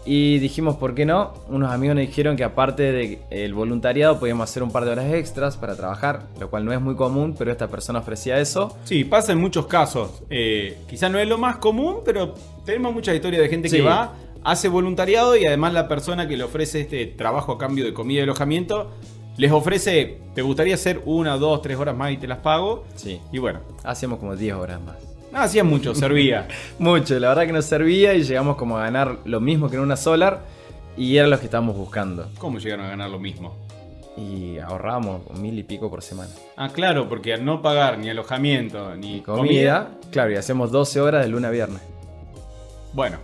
[SPEAKER 2] Y dijimos, ¿por qué no? Unos amigos nos dijeron que aparte del voluntariado podíamos hacer un par de horas extras para trabajar, lo cual no es muy común, pero esta persona ofrecía eso.
[SPEAKER 1] Sí, pasa en muchos casos. Eh, quizá no es lo más común, pero tenemos muchas historias de gente
[SPEAKER 2] Sí.
[SPEAKER 1] que va, hace voluntariado y además la persona que le ofrece este trabajo a cambio de comida y alojamiento les ofrece, ¿te gustaría hacer una, dos, tres horas más y te las pago?
[SPEAKER 2] Sí,
[SPEAKER 1] Y bueno,
[SPEAKER 2] hacíamos como 10 horas más.
[SPEAKER 1] no hacía mucho, servía.
[SPEAKER 2] Mucho, la verdad que nos servía y llegamos como a ganar lo mismo que en una solar y era lo que estábamos buscando.
[SPEAKER 1] ¿Cómo llegaron a ganar lo mismo?
[SPEAKER 2] Y ahorramos mil y pico por semana.
[SPEAKER 1] Ah, claro, porque al no pagar ni alojamiento ni
[SPEAKER 2] Y comida, claro, y hacíamos 12 horas de lunes a viernes.
[SPEAKER 1] bueno,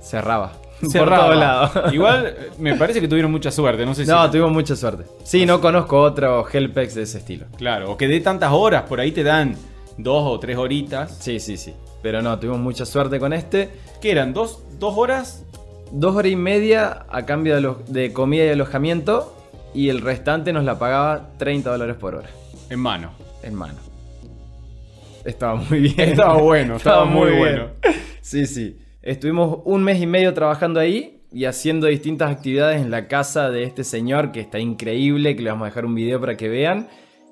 [SPEAKER 2] Cerraba.
[SPEAKER 1] cerraba.
[SPEAKER 2] Por todos lados.
[SPEAKER 1] Igual eh, me parece que tuvieron mucha suerte, no sé si.
[SPEAKER 2] No, tuvimos mucha suerte. Sí, no conozco otro Helpex de ese estilo.
[SPEAKER 1] Claro, o que de tantas horas, por ahí te dan dos o tres horitas.
[SPEAKER 2] Sí, sí, sí. Pero no, tuvimos mucha suerte con este.
[SPEAKER 1] ¿Qué eran? ¿Dos, dos horas?
[SPEAKER 2] Dos horas y media a cambio de, alo- de comida y alojamiento. Y el restante nos la pagaba 30 dólares por hora.
[SPEAKER 1] En mano.
[SPEAKER 2] En mano. Estaba muy bien.
[SPEAKER 1] Estaba bueno, estaba muy bueno.
[SPEAKER 2] Sí, sí. Estuvimos un mes y medio trabajando ahí y haciendo distintas actividades en la casa de este señor que está increíble, que le vamos a dejar un video para que vean.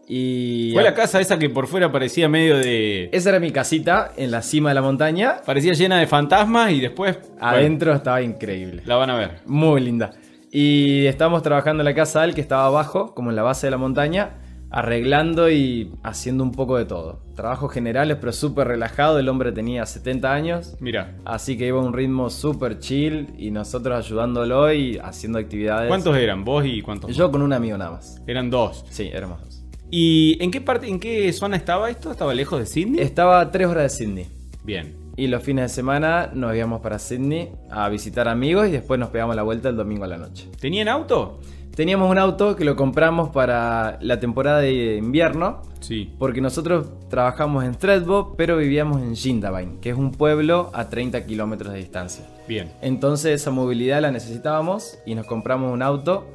[SPEAKER 2] Y
[SPEAKER 1] Fue la casa esa que por fuera parecía medio de.
[SPEAKER 2] esa era mi casita en la cima de la montaña.
[SPEAKER 1] Parecía llena de fantasmas y después. bueno,
[SPEAKER 2] Adentro estaba increíble.
[SPEAKER 1] la van a ver.
[SPEAKER 2] Muy linda. Y estábamos trabajando en la casa de él, que estaba abajo, como en la base de la montaña, arreglando y haciendo un poco de todo. Trabajos generales, pero súper relajado. El hombre tenía 70 años,
[SPEAKER 1] Mira.
[SPEAKER 2] así que iba a un ritmo súper chill y nosotros ayudándolo y haciendo actividades.
[SPEAKER 1] ¿Cuántos eran? ¿Vos y cuántos?
[SPEAKER 2] Yo con un amigo nada más.
[SPEAKER 1] Eran dos.
[SPEAKER 2] Sí, éramos dos.
[SPEAKER 1] ¿Y en qué parte, en qué zona estaba esto? ¿Estaba lejos de Sydney?
[SPEAKER 2] Estaba a 3 horas de Sydney.
[SPEAKER 1] Bien.
[SPEAKER 2] Y los fines de semana nos íbamos para Sydney a visitar amigos y después nos pegamos la vuelta el domingo a la noche.
[SPEAKER 1] ¿Tenían auto?
[SPEAKER 2] Teníamos un auto que lo compramos para la temporada de invierno,
[SPEAKER 1] Sí.
[SPEAKER 2] porque nosotros trabajamos en Threadbo, pero vivíamos en Jindabyne, que es un pueblo a 30 kilómetros de distancia.
[SPEAKER 1] Bien.
[SPEAKER 2] Entonces esa movilidad la necesitábamos y nos compramos un auto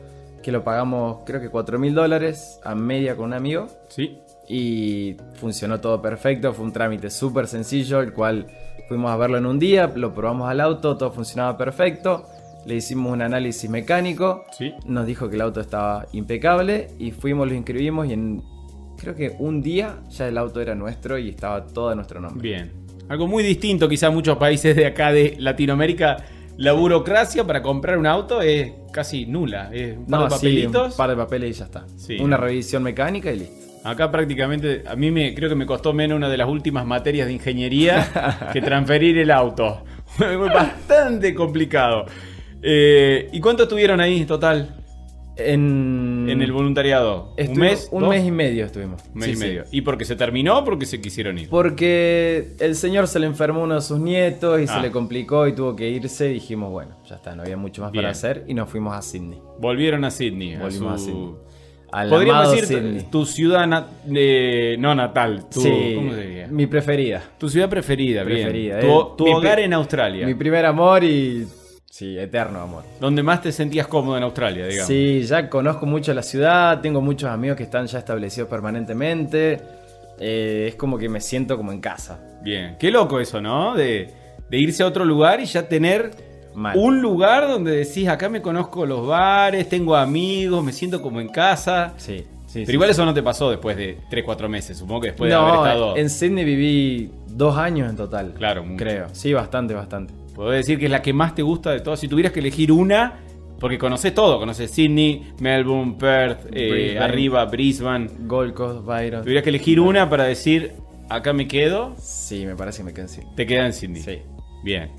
[SPEAKER 2] que lo pagamos creo que 4 mil dólares a media con un amigo
[SPEAKER 1] Sí.
[SPEAKER 2] y funcionó todo perfecto, fue un trámite súper sencillo, el cual fuimos a verlo en un día, lo probamos al auto, todo funcionaba perfecto, le hicimos un análisis mecánico,
[SPEAKER 1] Sí.
[SPEAKER 2] nos dijo que el auto estaba impecable y fuimos, lo inscribimos y en creo que un día ya el auto era nuestro y estaba todo a nuestro nombre.
[SPEAKER 1] Bien. Algo muy distinto quizá a muchos países de acá de Latinoamérica. La burocracia para comprar un auto es casi nula. Es un par de
[SPEAKER 2] sí,
[SPEAKER 1] papelitos.
[SPEAKER 2] un par de papeles y ya está.
[SPEAKER 1] Sí.
[SPEAKER 2] Una revisión mecánica y listo.
[SPEAKER 1] Acá prácticamente, a mí me, creo que me costó menos una de las últimas materias de ingeniería que transferir el auto. Fue bastante complicado. Eh, ¿Y cuánto estuvieron ahí en total
[SPEAKER 2] En,
[SPEAKER 1] en el voluntariado?
[SPEAKER 2] estuvimos-
[SPEAKER 1] ¿Un mes?
[SPEAKER 2] Mm. Un
[SPEAKER 1] ¿Dos?
[SPEAKER 2] mes y medio estuvimos.
[SPEAKER 1] Un mes
[SPEAKER 2] Sí,
[SPEAKER 1] y
[SPEAKER 2] sí.
[SPEAKER 1] medio. ¿Y porque se terminó o porque se quisieron ir?
[SPEAKER 2] Porque el señor se le enfermó uno de sus nietos y
[SPEAKER 1] Ah.
[SPEAKER 2] se le complicó y tuvo que irse. Y dijimos, bueno, ya está, no había mucho más
[SPEAKER 1] Bien.
[SPEAKER 2] para hacer y nos fuimos a Sydney.
[SPEAKER 1] Volvieron a Sydney. a su-
[SPEAKER 2] Volvimos a Sydney. Al
[SPEAKER 1] Podríamos
[SPEAKER 2] amado
[SPEAKER 1] decir tu-
[SPEAKER 2] Sydney.
[SPEAKER 1] tu ciudad na- eh, no natal. Tu,
[SPEAKER 2] sí,
[SPEAKER 1] ¿Cómo se diría?
[SPEAKER 2] mi preferida.
[SPEAKER 1] Tu ciudad preferida,
[SPEAKER 2] Preferida,
[SPEAKER 1] bien. Tu,
[SPEAKER 2] eh.
[SPEAKER 1] tu
[SPEAKER 2] Mi
[SPEAKER 1] hogar
[SPEAKER 2] pri-
[SPEAKER 1] en Australia.
[SPEAKER 2] Mi primer amor y. Sí, eterno amor.
[SPEAKER 1] Donde más te sentías cómodo en Australia, digamos.
[SPEAKER 2] Sí, ya conozco mucho la ciudad, tengo muchos amigos que están ya establecidos permanentemente. eh, es como que me siento como en casa.
[SPEAKER 1] Bien, qué loco eso, ¿no? De, de irse a otro lugar y ya tener
[SPEAKER 2] Mal.
[SPEAKER 1] un lugar donde decís, acá me conozco los bares, tengo amigos, me siento como en casa.
[SPEAKER 2] Sí, sí.
[SPEAKER 1] Pero
[SPEAKER 2] sí.
[SPEAKER 1] igual eso no te pasó después de 3, 4 meses, supongo que después de haber
[SPEAKER 2] no,
[SPEAKER 1] estado...
[SPEAKER 2] en Sydney viví dos años en total.
[SPEAKER 1] Claro, mucho.
[SPEAKER 2] Creo. Sí, bastante, bastante.
[SPEAKER 1] Puedo decir que es la que más te gusta de todas. Si tuvieras que elegir una, porque conoces todo, conoces Sydney, Melbourne, Perth, eh,
[SPEAKER 2] Brisbane.
[SPEAKER 1] arriba, Brisbane.
[SPEAKER 2] Gold Coast, Byron.
[SPEAKER 1] Tuvieras que elegir una para decir, acá me quedo,
[SPEAKER 2] Sí, me parece que me quedé en Sydney.
[SPEAKER 1] te quedas en Sydney.
[SPEAKER 2] Sí.
[SPEAKER 1] Bien.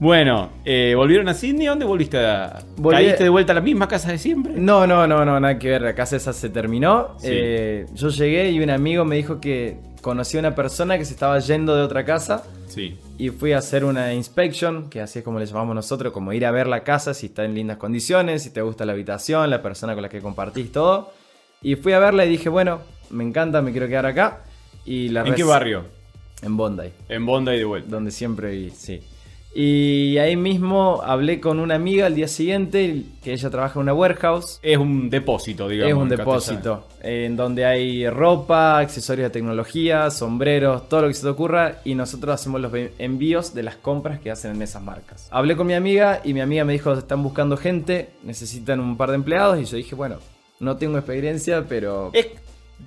[SPEAKER 1] Bueno, eh, ¿volvieron a Sydney? ¿A ¿Dónde volviste? A...
[SPEAKER 2] Volví-
[SPEAKER 1] ¿Caíste de vuelta a la misma casa de siempre?
[SPEAKER 2] No, no, no, no, nada que ver. La casa esa se terminó.
[SPEAKER 1] Sí.
[SPEAKER 2] Eh, yo llegué y un amigo me dijo que conocía a una persona que se estaba yendo de otra casa.
[SPEAKER 1] Sí.
[SPEAKER 2] y fui a hacer una inspection, que así es como le llamamos nosotros, como ir a ver la casa, si está en lindas condiciones, si te gusta la habitación, la persona con la que compartís todo. Y fui a verla y dije, bueno, me encanta, me quiero quedar acá. Y la
[SPEAKER 1] ¿En qué
[SPEAKER 2] res-
[SPEAKER 1] barrio?
[SPEAKER 2] En Bondi,
[SPEAKER 1] En Bondi de vuelta.
[SPEAKER 2] donde siempre viví, sí. Y ahí mismo hablé con una amiga al día siguiente, que ella trabaja en una warehouse.
[SPEAKER 1] Es un depósito, digamos.
[SPEAKER 2] es un
[SPEAKER 1] en castellano.
[SPEAKER 2] depósito en donde hay ropa, accesorios de tecnología, sombreros, todo lo que se te ocurra y nosotros hacemos los ve- envíos de las compras que hacen en esas marcas. Hablé con mi amiga y mi amiga me dijo, están buscando gente, necesitan un par de empleados y yo dije, bueno, no tengo experiencia, pero...
[SPEAKER 1] Es-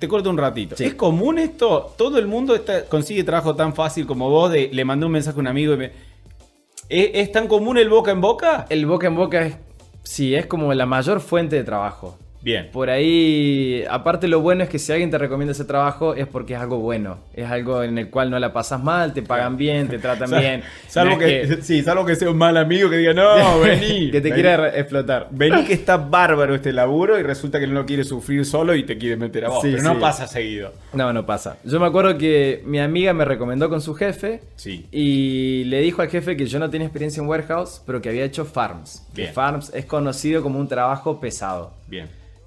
[SPEAKER 1] te corto un ratito.
[SPEAKER 2] Sí.
[SPEAKER 1] ¿Es común esto? ¿Todo el mundo está- consigue trabajo tan fácil como vos? De, le mandé un mensaje a un amigo y me... ¿Es, es tan común el boca en boca?
[SPEAKER 2] El boca en boca es, sí, es como la mayor fuente de trabajo.
[SPEAKER 1] Bien.
[SPEAKER 2] Por ahí, aparte lo bueno es que si alguien te recomienda ese trabajo es porque es algo bueno, es algo en el cual no la pasas mal, te pagan bien, te tratan
[SPEAKER 1] Sal-
[SPEAKER 2] bien.
[SPEAKER 1] Salvo
[SPEAKER 2] No es
[SPEAKER 1] que, sí, salvo que sea un mal amigo que diga, no, vení.
[SPEAKER 2] que te
[SPEAKER 1] vení".
[SPEAKER 2] quiera re- explotar.
[SPEAKER 1] Vení que está bárbaro este laburo y resulta que no lo quiere sufrir solo y te quiere meter a vos.
[SPEAKER 2] Sí,
[SPEAKER 1] pero no
[SPEAKER 2] sí.
[SPEAKER 1] pasa seguido.
[SPEAKER 2] No, no pasa. Yo me acuerdo que mi amiga me recomendó con su jefe
[SPEAKER 1] Sí.
[SPEAKER 2] y le dijo al jefe que yo no tenía experiencia en warehouse, pero que había hecho farms. Que
[SPEAKER 1] Bien.
[SPEAKER 2] farms es conocido como un trabajo pesado.
[SPEAKER 1] Bien.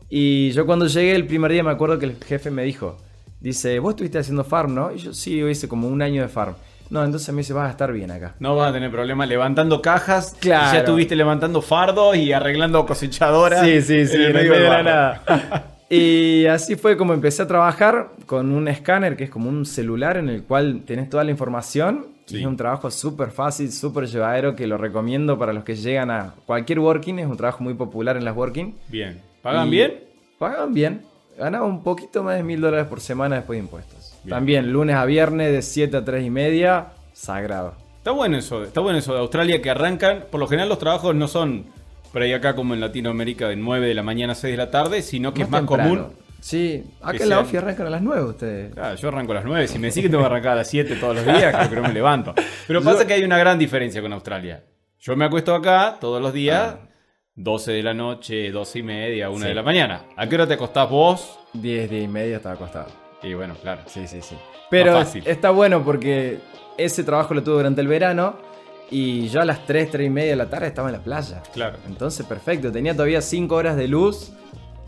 [SPEAKER 2] Y yo cuando llegué el primer día me acuerdo que el jefe me dijo, dice, vos estuviste haciendo farm, ¿no? Y yo sí, yo hice como un año de farm. No, entonces me dice, vas a estar bien acá.
[SPEAKER 1] No vas a tener problemas levantando cajas.
[SPEAKER 2] Claro.
[SPEAKER 1] Y Ya estuviste levantando fardos y arreglando cosechadoras.
[SPEAKER 2] Sí, sí, sí,
[SPEAKER 1] en el medio del barro.
[SPEAKER 2] nada. Y así fue como empecé a trabajar con un escáner que es como un celular en el cual tenés toda la información.
[SPEAKER 1] Sí.
[SPEAKER 2] Es un trabajo súper fácil, súper llevadero que lo recomiendo para los que llegan a cualquier working. Es un trabajo muy popular en las working.
[SPEAKER 1] Bien. ¿Pagan
[SPEAKER 2] Y-
[SPEAKER 1] bien?
[SPEAKER 2] Pagaban bien. Ganaba un poquito más de mil dólares por semana después de impuestos.
[SPEAKER 1] Bien.
[SPEAKER 2] También lunes a viernes de 7 a 3 y media, sagrado.
[SPEAKER 1] Está bueno eso, está bueno eso de Australia que arrancan. Por lo general los trabajos no son por ahí acá como en Latinoamérica de 9 de la mañana a 6 de la tarde, sino que es más
[SPEAKER 2] temprano.
[SPEAKER 1] común.
[SPEAKER 2] Sí, acá
[SPEAKER 1] que
[SPEAKER 2] en la
[SPEAKER 1] sean-
[SPEAKER 2] OFI arrancan a las 9 ustedes.
[SPEAKER 1] Claro, yo arranco a las 9, si me decís que tengo que arrancar a las 7 todos los días, creo que no me levanto. Pero pasa que hay una gran diferencia con Australia. Yo me acuesto acá todos los días, 12 de la noche, 12 y media, 1
[SPEAKER 2] Sí.
[SPEAKER 1] de la mañana. ¿A qué hora te acostás vos?
[SPEAKER 2] 10, 10 y media estaba acostado.
[SPEAKER 1] Y bueno, claro.
[SPEAKER 2] Sí, sí, sí. Pero
[SPEAKER 1] fácil.
[SPEAKER 2] está bueno porque ese trabajo lo tuve durante el verano y yo a las 3, 3 y media de la tarde estaba en la playa.
[SPEAKER 1] Claro.
[SPEAKER 2] Entonces, perfecto. Tenía todavía 5 horas de luz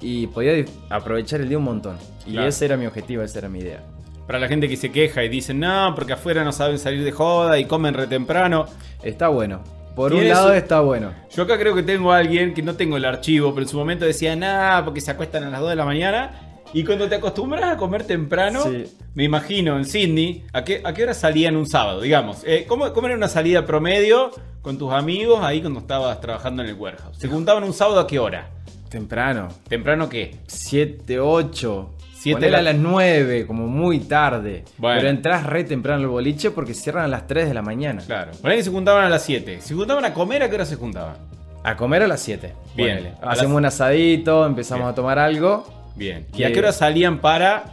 [SPEAKER 2] y podía di- aprovechar el día un montón. Y
[SPEAKER 1] Claro.
[SPEAKER 2] ese era mi objetivo, esa era mi idea.
[SPEAKER 1] Para la gente que se queja y dice, no, porque afuera no saben salir de joda y comen re temprano.
[SPEAKER 2] Está bueno. Por un
[SPEAKER 1] Tiene
[SPEAKER 2] lado
[SPEAKER 1] su-
[SPEAKER 2] está bueno.
[SPEAKER 1] Yo acá creo que tengo a alguien que no tengo el archivo, pero en su momento decía, nada, porque se acuestan a las 2 de la mañana. Y cuando te acostumbras a comer temprano,
[SPEAKER 2] Sí.
[SPEAKER 1] me imagino en Sydney, ¿a qué, ¿a qué hora salían un sábado? Digamos, Eh, ¿cómo, cómo era una salida promedio con tus amigos ahí cuando estabas trabajando en el warehouse? ¿Se juntaban un sábado a qué hora?
[SPEAKER 2] Temprano.
[SPEAKER 1] ¿Temprano qué?
[SPEAKER 2] 7, 8.
[SPEAKER 1] Siete
[SPEAKER 2] 7 a
[SPEAKER 1] la-
[SPEAKER 2] las 9, como muy tarde.
[SPEAKER 1] Bueno.
[SPEAKER 2] Pero entras re temprano al boliche porque cierran a las 3 de la mañana.
[SPEAKER 1] Claro. Por ahí que se juntaban a las 7. ¿Se juntaban a comer a qué hora se juntaban?
[SPEAKER 2] A comer a las 7.
[SPEAKER 1] Bien.
[SPEAKER 2] ponele.
[SPEAKER 1] A las-
[SPEAKER 2] Hacemos un asadito, empezamos
[SPEAKER 1] Bien.
[SPEAKER 2] a tomar algo.
[SPEAKER 1] Bien. ¿Y
[SPEAKER 2] Bien.
[SPEAKER 1] a qué hora salían para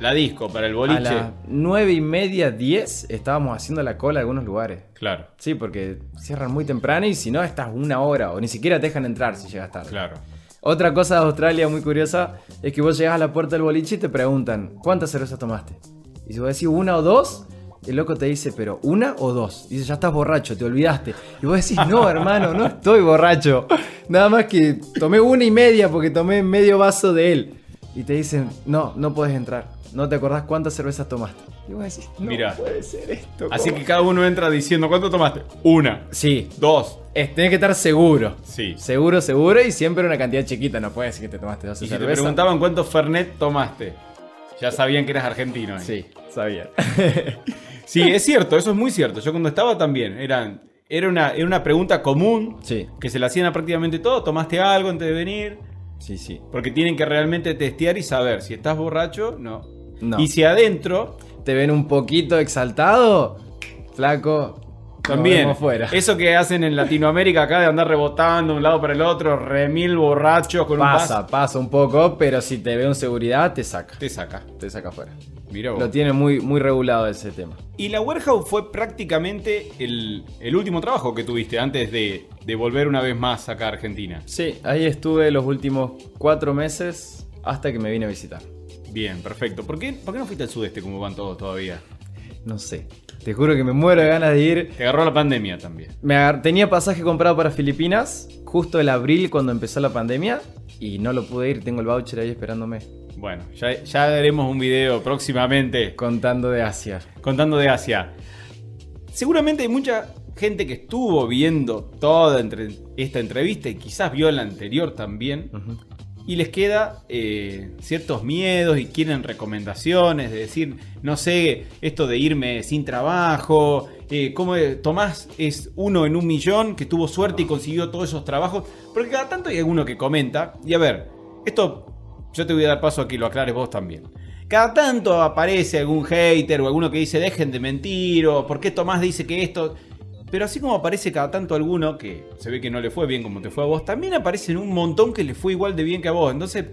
[SPEAKER 1] la disco, para el boliche?
[SPEAKER 2] A las 9 y media, 10 estábamos haciendo la cola en algunos lugares.
[SPEAKER 1] Claro,
[SPEAKER 2] Sí, porque cierran muy temprano y si no, estás una hora o ni siquiera te dejan entrar si llegas tarde.
[SPEAKER 1] claro.
[SPEAKER 2] Otra cosa de Australia muy curiosa es que vos llegás a la puerta del boliche y te preguntan, ¿cuántas cervezas tomaste? Y si vos decís una o dos, el loco te dice, pero una o dos. Dice, ya estás borracho, te olvidaste. Y vos decís, no, hermano, no estoy borracho. Nada más que tomé una y media porque tomé medio vaso de él. Y te dicen, no, no puedes entrar. No te acordás cuántas cervezas tomaste. Y vos decís, no
[SPEAKER 1] Mirá.
[SPEAKER 2] puede ser esto.
[SPEAKER 1] Así
[SPEAKER 2] ¿cómo?".
[SPEAKER 1] que cada uno entra diciendo, ¿cuánto tomaste? Una,
[SPEAKER 2] Sí,
[SPEAKER 1] dos.
[SPEAKER 2] es- tenés que estar seguro.
[SPEAKER 1] Sí.
[SPEAKER 2] Seguro, seguro y siempre una cantidad chiquita. No puedes decir que te tomaste dos
[SPEAKER 1] Y si
[SPEAKER 2] cervezas.
[SPEAKER 1] te preguntaban cuánto Fernet tomaste, ya sabían que eras argentino. ¿eh?
[SPEAKER 2] Sí, sabía.
[SPEAKER 1] Sí, es cierto, eso es muy cierto. Yo cuando estaba también, eran, era, una, era una pregunta común
[SPEAKER 2] Sí.
[SPEAKER 1] que se la hacían a prácticamente todos. ¿Tomaste algo antes de venir?
[SPEAKER 2] Sí, sí.
[SPEAKER 1] Porque tienen que realmente testear y saber si estás borracho, no.
[SPEAKER 2] No.
[SPEAKER 1] Y si adentro,
[SPEAKER 2] ¿Te ven un poquito exaltado? Flaco.
[SPEAKER 1] También.
[SPEAKER 2] Como fuera.
[SPEAKER 1] Eso que hacen en Latinoamérica acá de andar rebotando de un lado para el otro, remil borrachos con un
[SPEAKER 2] Pasa,
[SPEAKER 1] vaso.
[SPEAKER 2] pasa un poco, pero si te ve un seguridad, te saca.
[SPEAKER 1] Te saca.
[SPEAKER 2] Te saca fuera.
[SPEAKER 1] Mira vos.
[SPEAKER 2] Lo tiene muy, muy regulado ese tema.
[SPEAKER 1] Y la warehouse fue prácticamente el, el último trabajo que tuviste antes de, de volver una vez más acá a Argentina.
[SPEAKER 2] Sí, ahí estuve los últimos cuatro meses hasta que me vine a visitar.
[SPEAKER 1] Bien, perfecto. ¿Por qué, por qué no fuiste al sudeste como van todos todavía?
[SPEAKER 2] No sé. Te juro que me muero de ganas de ir.
[SPEAKER 1] Te agarró la pandemia también.
[SPEAKER 2] Me agar- tenía pasaje comprado para Filipinas justo el abril cuando empezó la pandemia y no lo pude ir. Tengo el voucher ahí esperándome.
[SPEAKER 1] Bueno, ya, ya haremos un video próximamente
[SPEAKER 2] Contando de Asia.
[SPEAKER 1] contando de Asia. Seguramente hay mucha gente que estuvo viendo toda entre- esta entrevista y quizás vio la anterior también.
[SPEAKER 2] Ujú.
[SPEAKER 1] Y les queda eh, ciertos miedos y quieren recomendaciones, de decir, no sé, esto de irme sin trabajo, eh, cómo es? Tomás es uno en un millón que tuvo suerte y consiguió todos esos trabajos, porque cada tanto hay alguno que comenta, y a ver, esto yo te voy a dar paso a que lo aclares vos también. Cada tanto aparece algún hater o alguno que dice, dejen de mentir, o por qué Tomás dice que esto... Pero así como aparece cada tanto alguno que se ve que no le fue bien como te fue a vos, también aparecen un montón que le fue igual de bien que a vos. Entonces,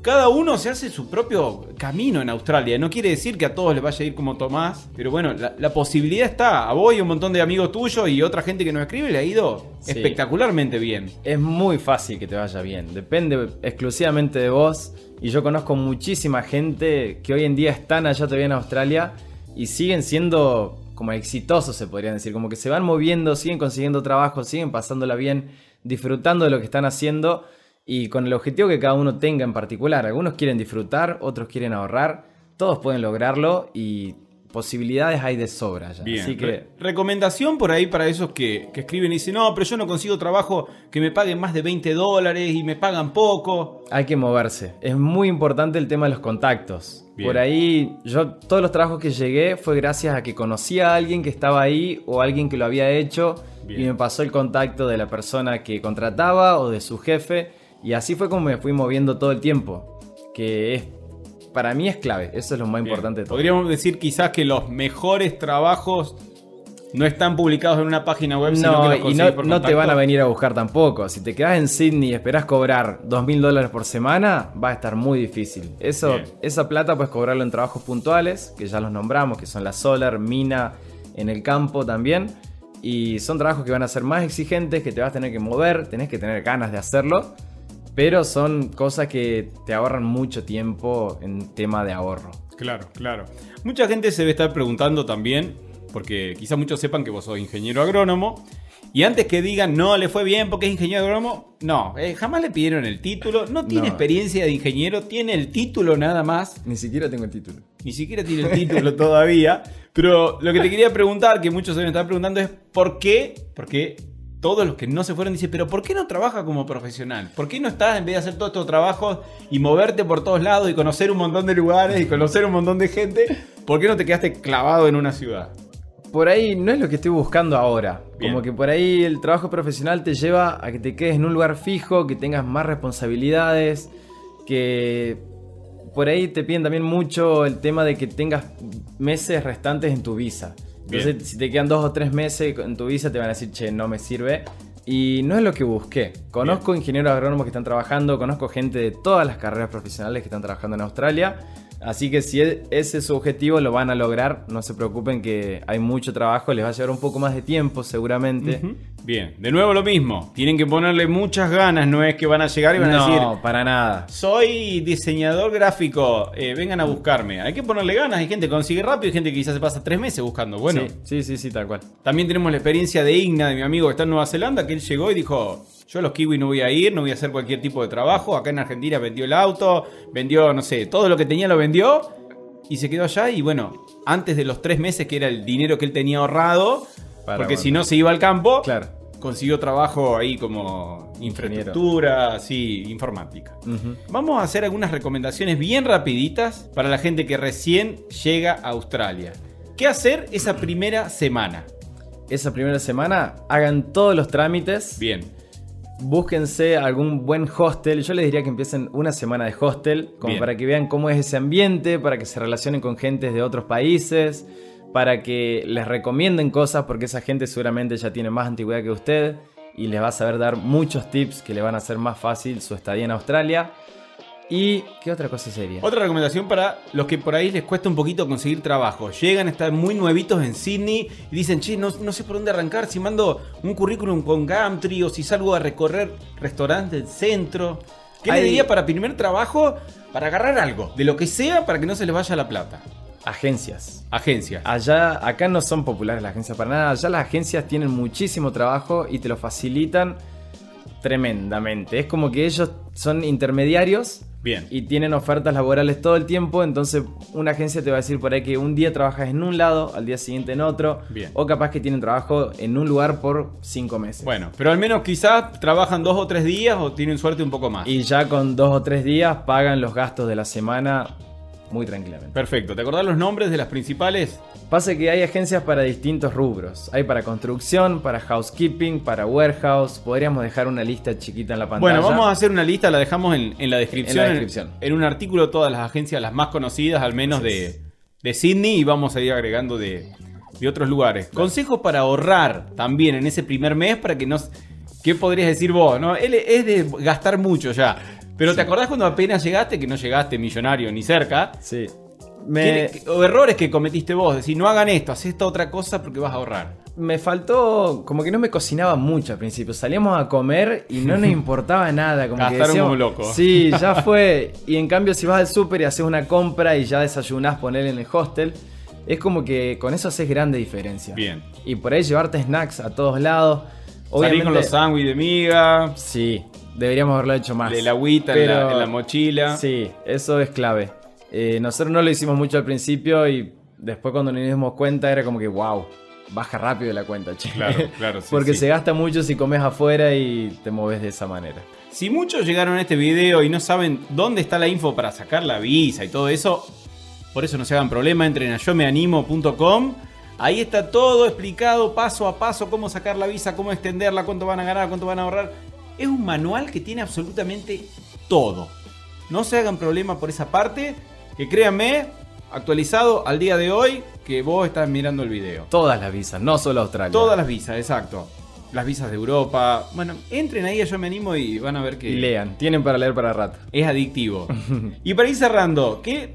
[SPEAKER 1] cada uno se hace su propio camino en Australia. No quiere decir que a todos les vaya a ir como Tomás, pero bueno, la, la posibilidad está. A vos y un montón de amigos tuyos y otra gente que nos escribe le ha ido
[SPEAKER 2] Sí.
[SPEAKER 1] espectacularmente bien.
[SPEAKER 2] Es muy fácil que te vaya bien, depende exclusivamente de vos. Y yo conozco muchísima gente que hoy en día están allá todavía en Australia y siguen siendo como exitosos, se podrían decir, como que se van moviendo, siguen consiguiendo trabajo, siguen pasándola bien, disfrutando de lo que están haciendo y con el objetivo que cada uno tenga en particular. Algunos quieren disfrutar, otros quieren ahorrar, todos pueden lograrlo y posibilidades hay de sobra ya.
[SPEAKER 1] Bien.
[SPEAKER 2] Así
[SPEAKER 1] Re-
[SPEAKER 2] que
[SPEAKER 1] recomendación por ahí para esos que, que escriben y dicen, no, pero yo no consigo trabajo que me paguen más de 20 dólares y me pagan poco.
[SPEAKER 2] hay que moverse. Es muy importante el tema de los contactos.
[SPEAKER 1] Bien.
[SPEAKER 2] Por ahí, yo todos los trabajos que llegué fue gracias a que conocí a alguien que estaba ahí o alguien que lo había hecho y
[SPEAKER 1] Bien.
[SPEAKER 2] me pasó el contacto de la persona que contrataba o de su jefe y así fue como me fui moviendo todo el tiempo, que es para mí es clave, eso es lo más
[SPEAKER 1] Bien.
[SPEAKER 2] importante de todo.
[SPEAKER 1] Podríamos decir quizás que los mejores trabajos no están publicados en una página web, sino que
[SPEAKER 2] No,
[SPEAKER 1] los
[SPEAKER 2] y
[SPEAKER 1] conseguís
[SPEAKER 2] no,
[SPEAKER 1] por
[SPEAKER 2] no te
[SPEAKER 1] contacto.
[SPEAKER 2] van a venir a buscar tampoco. Si te quedas en Sydney y esperás cobrar 2.000 dólares por semana, va a estar muy difícil. Eso,
[SPEAKER 1] Bien.
[SPEAKER 2] esa plata puedes cobrarlo en trabajos puntuales, que ya los nombramos, que son la solar, mina, en el campo también. Y son trabajos que van a ser más exigentes, que te vas a tener que mover, tenés que tener ganas de hacerlo. Pero son cosas que te ahorran mucho tiempo en tema de ahorro.
[SPEAKER 1] Claro, claro. Mucha gente se debe estar preguntando también, porque quizás muchos sepan que vos sos ingeniero agrónomo. Y antes que digan, no, le fue bien porque es ingeniero agrónomo, no, eh, jamás le pidieron el título, no tiene
[SPEAKER 2] No.
[SPEAKER 1] experiencia de ingeniero, tiene el título nada más.
[SPEAKER 2] Ni siquiera tengo el título.
[SPEAKER 1] Ni siquiera tiene el título todavía. Pero lo que te quería preguntar, que muchos se me están preguntando, es por qué, porque todos los que no se fueron dicen, pero ¿por qué no trabaja como profesional? ¿Por qué no estás en vez de hacer todos estos trabajos y moverte por todos lados y conocer un montón de lugares y conocer un montón de gente? ¿Por qué no te quedaste clavado en una ciudad?
[SPEAKER 2] por ahí no es lo que estoy buscando ahora.
[SPEAKER 1] Bien.
[SPEAKER 2] Como que por ahí el trabajo profesional te lleva a que te quedes en un lugar fijo, que tengas más responsabilidades, que por ahí te piden también mucho el tema de que tengas meses restantes en tu visa. Entonces,
[SPEAKER 1] Bien.
[SPEAKER 2] si te quedan dos o tres meses en tu visa, te van a decir, che, no me sirve. Y no es lo que busqué. Conozco ingenieros agrónomos que están trabajando, conozco gente de todas las carreras profesionales que están trabajando en Australia. Así que si e- ese es su objetivo, lo van a lograr. No se preocupen que hay mucho trabajo, les va a llevar un poco más de tiempo seguramente.
[SPEAKER 1] Bien, de nuevo lo mismo. Tienen que ponerle muchas ganas, no es que van a llegar y van a
[SPEAKER 2] no,
[SPEAKER 1] decir,
[SPEAKER 2] para nada.
[SPEAKER 1] Soy diseñador gráfico, eh, vengan a buscarme. Hay que ponerle ganas, hay gente que consigue rápido, hay gente que quizás se pasa tres meses buscando. Bueno,
[SPEAKER 2] Sí, sí, sí, sí, tal cual.
[SPEAKER 1] también tenemos la experiencia de Igna, de mi amigo que está en Nueva Zelanda, que él llegó y dijo, yo a los kiwis no voy a ir, no voy a hacer cualquier tipo de trabajo. Acá en Argentina vendió el auto, vendió, no sé, todo lo que tenía lo vendió y se quedó allá y bueno, antes de los tres meses, que era el dinero que él tenía ahorrado,
[SPEAKER 2] Para,
[SPEAKER 1] porque
[SPEAKER 2] bueno.
[SPEAKER 1] si no se iba al campo,
[SPEAKER 2] Claro.
[SPEAKER 1] consiguió trabajo ahí como
[SPEAKER 2] Ingeniero.
[SPEAKER 1] infraestructura, sí, informática.
[SPEAKER 2] Ujú.
[SPEAKER 1] Vamos a hacer algunas recomendaciones bien rapiditas para la gente que recién llega a Australia. ¿Qué hacer esa primera semana?
[SPEAKER 2] Esa primera semana, hagan todos los trámites.
[SPEAKER 1] Bien,
[SPEAKER 2] búsquense algún buen hostel. Yo les diría que empiecen una semana de hostel, como
[SPEAKER 1] Bien.
[SPEAKER 2] para que vean cómo es ese ambiente, para que se relacionen con gentes de otros países, para que les recomienden cosas, porque esa gente seguramente ya tiene más antigüedad que usted y les va a saber dar muchos tips que le van a hacer más fácil su estadía en Australia. ¿Y qué otra cosa sería?
[SPEAKER 1] otra recomendación para los que por ahí les cuesta un poquito conseguir trabajo. Llegan, están muy nuevitos en Sydney y dicen, che, no, no sé por dónde arrancar, si mando un currículum con Gumtree o si salgo a recorrer restaurantes del centro. ¿Qué le
[SPEAKER 2] Hay-
[SPEAKER 1] diría para primer trabajo? Para agarrar algo, de lo que sea, para que no se les vaya la plata.
[SPEAKER 2] Agencias.
[SPEAKER 1] Agencias.
[SPEAKER 2] Allá, acá no son populares las agencias para nada. Allá las agencias tienen muchísimo trabajo y te lo facilitan tremendamente. Es como que ellos son intermediarios
[SPEAKER 1] Bien.
[SPEAKER 2] y tienen ofertas laborales todo el tiempo. Entonces, una agencia te va a decir por ahí que un día trabajas en un lado, al día siguiente en otro.
[SPEAKER 1] Bien.
[SPEAKER 2] O capaz que tienen trabajo en un lugar por cinco meses.
[SPEAKER 1] Bueno, pero al menos quizás trabajan dos o tres días o tienen suerte un poco más.
[SPEAKER 2] Y ya con dos o tres días pagan los gastos de la semana muy tranquilamente.
[SPEAKER 1] Perfecto, ¿te acordás los nombres de las principales?
[SPEAKER 2] Pasa que hay agencias para distintos rubros. Hay para construcción, para housekeeping, para warehouse. Podríamos dejar una lista chiquita en la pantalla.
[SPEAKER 1] Bueno, vamos a hacer una lista, la dejamos en, en la descripción.
[SPEAKER 2] En la descripción.
[SPEAKER 1] en un artículo todas las agencias, las más conocidas, al menos de, de Sydney, y vamos a ir agregando de, de otros lugares. Consejos para ahorrar también en ese primer mes para que nos... ¿Qué podrías decir vos? No, él es de gastar mucho ya. Pero ¿te acordás cuando apenas llegaste, que no llegaste millonario ni cerca?
[SPEAKER 2] Sí. Me,
[SPEAKER 1] ¿Qué- o errores que cometiste vos, decir, no hagan esto, haz esta otra cosa porque vas a ahorrar.
[SPEAKER 2] me faltó. Como que no me cocinaba mucho al principio. Salíamos a comer y no nos importaba nada. Como que
[SPEAKER 1] Gastaron
[SPEAKER 2] decíamos,
[SPEAKER 1] como locos.
[SPEAKER 2] Sí, ya fue. Y en cambio, si vas al súper y haces una compra y ya desayunás, poner en el hostel. Es como que con eso haces grande diferencia.
[SPEAKER 1] Bien.
[SPEAKER 2] Y por ahí llevarte snacks a todos lados.
[SPEAKER 1] Salir con los sándwiches de miga,
[SPEAKER 2] Sí, deberíamos haberlo hecho más.
[SPEAKER 1] el agüita en,
[SPEAKER 2] Pero-
[SPEAKER 1] la, en la mochila.
[SPEAKER 2] Sí, eso es clave. Eh, nosotros no lo hicimos mucho al principio y después cuando nos dimos cuenta era como que, wow, baja rápido la cuenta, che.
[SPEAKER 1] Claro, claro, sí,
[SPEAKER 2] Porque
[SPEAKER 1] sí.
[SPEAKER 2] se gasta mucho si comes afuera y te moves de esa manera.
[SPEAKER 1] Si muchos llegaron a este video y no saben dónde está la info para sacar la visa y todo eso, por eso no se hagan problema, entren a yomeanimo.com. Ahí está todo explicado paso a paso, cómo sacar la visa, cómo extenderla, cuánto van a ganar, cuánto van a ahorrar. Es un manual que tiene absolutamente todo. No se hagan problema por esa parte, que créanme, actualizado al día de hoy, que vos estás mirando el video.
[SPEAKER 2] Todas las visas, no solo Australia.
[SPEAKER 1] Todas las visas, exacto. Las visas de Europa. Bueno, entren ahí a Yo Me Animo y van a ver que
[SPEAKER 2] Y lean, tienen para leer para rato.
[SPEAKER 1] es adictivo. y para ir cerrando, ¿qué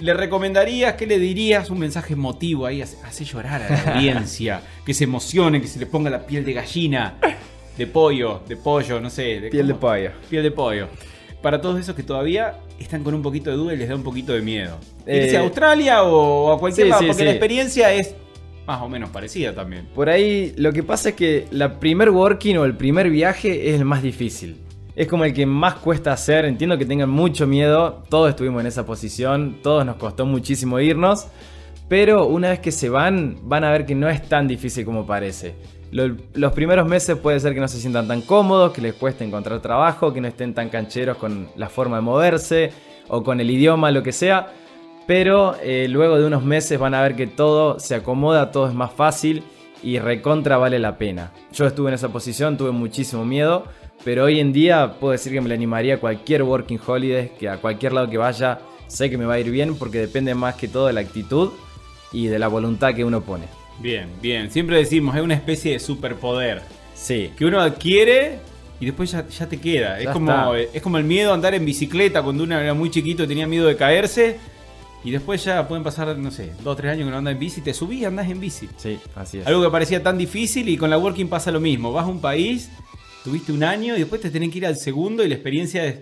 [SPEAKER 1] le recomendarías, qué le dirías? Un mensaje emotivo ahí, hace, hace llorar a la audiencia, que se emocione, que se le ponga la piel de gallina, de pollo, de pollo, no sé. de
[SPEAKER 2] Piel de
[SPEAKER 1] cómo-
[SPEAKER 2] pollo.
[SPEAKER 1] Piel de pollo. Para todos esos que todavía están con un poquito de duda y les da un poquito de miedo. ¿Irse
[SPEAKER 2] Eh,
[SPEAKER 1] a Australia o a cualquier
[SPEAKER 2] sí,
[SPEAKER 1] lado?
[SPEAKER 2] sí,
[SPEAKER 1] Porque
[SPEAKER 2] sí.
[SPEAKER 1] la experiencia es más o menos parecida también.
[SPEAKER 2] Por ahí lo que pasa es que la primer working o el primer viaje es el más difícil. Es como el que más cuesta hacer, entiendo que tengan mucho miedo, todos estuvimos en esa posición, todos nos costó muchísimo irnos, pero una vez que se van van a ver que no es tan difícil como parece. Lo- los primeros meses puede ser que no se sientan tan cómodos, que les cueste encontrar trabajo, que no estén tan cancheros con la forma de moverse o con el idioma, lo que sea, pero eh, luego de unos meses van a ver que todo se acomoda, todo es más fácil y recontra vale la pena. Yo estuve en esa posición, tuve muchísimo miedo, pero hoy en día puedo decir que me le animaría a cualquier working holiday, que a cualquier lado que vaya, sé que me va a ir bien porque depende más que todo de la actitud y de la voluntad que uno pone.
[SPEAKER 1] Bien, bien. Siempre decimos, es una especie de superpoder
[SPEAKER 2] Sí,
[SPEAKER 1] que uno adquiere y después ya, ya te queda. es,
[SPEAKER 2] Ya
[SPEAKER 1] como,
[SPEAKER 2] está.
[SPEAKER 1] es como el miedo a andar en bicicleta cuando uno era muy chiquito y tenía miedo de caerse. Y después ya pueden pasar, no sé, dos o tres años que no andas en bici, te subís y andás en bici.
[SPEAKER 2] sí, así es.
[SPEAKER 1] Algo que parecía tan difícil y con la working pasa lo mismo. Vas a un país, tuviste un año y después te tienen que ir al segundo y la experiencia es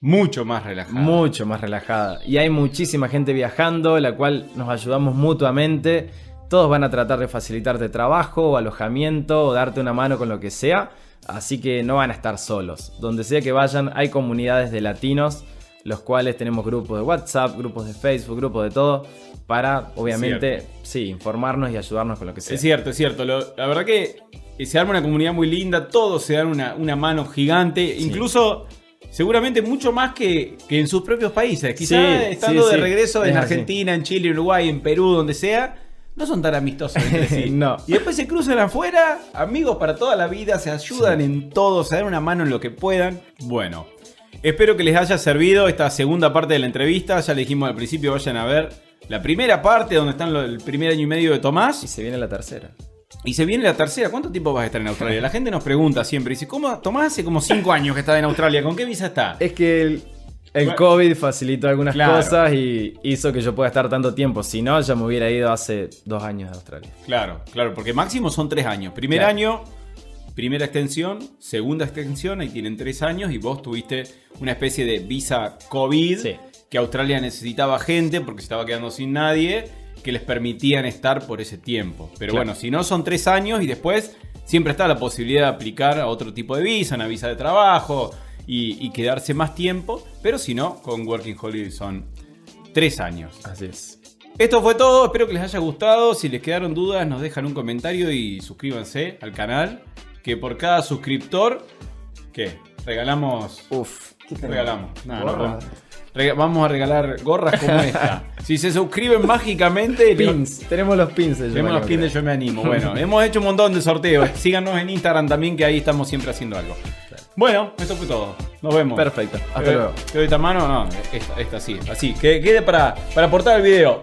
[SPEAKER 1] mucho más relajada.
[SPEAKER 2] Mucho más relajada. Y hay muchísima gente viajando, la cual nos ayudamos mutuamente. Todos van a tratar de facilitarte trabajo o alojamiento o darte una mano con lo que sea. Así que no van a estar solos. Donde sea que vayan, hay comunidades de latinos, los cuales tenemos grupos de WhatsApp, grupos de Facebook, grupos de todo, para obviamente, sí, informarnos y ayudarnos con lo que sea.
[SPEAKER 1] Es cierto, es cierto. Lo- la verdad que eh, se arma una comunidad muy linda, todos se dan una, una mano gigante, incluso seguramente mucho más que, que en sus propios países. Quizás
[SPEAKER 2] Sí,
[SPEAKER 1] estando
[SPEAKER 2] sí,
[SPEAKER 1] de
[SPEAKER 2] sí.
[SPEAKER 1] regreso
[SPEAKER 2] Es
[SPEAKER 1] en
[SPEAKER 2] así.
[SPEAKER 1] Argentina, en Chile, en Uruguay, en Perú, donde sea. No son tan amistosos entre sí.
[SPEAKER 2] No.
[SPEAKER 1] Y después se cruzan afuera, amigos para toda la vida, se ayudan en todo, se dan una mano en lo que puedan. Bueno, espero que les haya servido esta segunda parte de la entrevista. Ya le dijimos al principio, vayan a ver la primera parte donde están lo- el primer año y medio de Tomás.
[SPEAKER 2] Y se viene la tercera.
[SPEAKER 1] Y se viene la tercera. ¿Cuánto tiempo vas a estar en Australia? La gente nos pregunta siempre. Dice, ¿cómo? Tomás hace como 5 años que está en Australia. ¿Con qué visa está?
[SPEAKER 2] Es que el, el
[SPEAKER 1] Bueno.
[SPEAKER 2] COVID facilitó algunas
[SPEAKER 1] Claro.
[SPEAKER 2] cosas y hizo que yo pueda estar tanto tiempo. Si no, ya me hubiera ido hace dos años de Australia.
[SPEAKER 1] Claro, claro. Porque máximo son 3 años. Primer
[SPEAKER 2] Claro.
[SPEAKER 1] año, primera extensión, segunda extensión. Ahí tienen 3 años. Y vos tuviste una especie de visa COVID.
[SPEAKER 2] Sí.
[SPEAKER 1] Que Australia necesitaba gente porque se estaba quedando sin nadie. Que les permitían estar por ese tiempo. Pero
[SPEAKER 2] Claro.
[SPEAKER 1] bueno, si no son 3 años y después... Siempre está la posibilidad de aplicar a otro tipo de visa, una visa de trabajo y, y quedarse más tiempo, pero si no, con Working Holiday son tres años.
[SPEAKER 2] Así es.
[SPEAKER 1] Esto fue todo, espero que les haya gustado. Si les quedaron dudas, nos dejan un comentario y suscríbanse al canal, que por cada suscriptor, ¿qué? Regalamos...
[SPEAKER 2] Uf.
[SPEAKER 1] Regalamos. No, no
[SPEAKER 2] Gorras.
[SPEAKER 1] podemos. Rega- vamos a regalar gorras como esta. Si se suscriben mágicamente, le-
[SPEAKER 2] Pins. Tenemos los pins. de
[SPEAKER 1] Tenemos los
[SPEAKER 2] Giovanni
[SPEAKER 1] pins de
[SPEAKER 2] Bocconi.
[SPEAKER 1] Yo Me Animo. Bueno, hemos hecho un montón de sorteos. Síganos en Instagram también, que ahí estamos siempre haciendo algo. Bueno, esto fue todo. Nos vemos.
[SPEAKER 2] Perfecto. Hasta
[SPEAKER 1] ¿Te-
[SPEAKER 2] luego.
[SPEAKER 1] ¿Te doy esta mano? No, esta, esta sí. Así, que quede para, para aportar el video.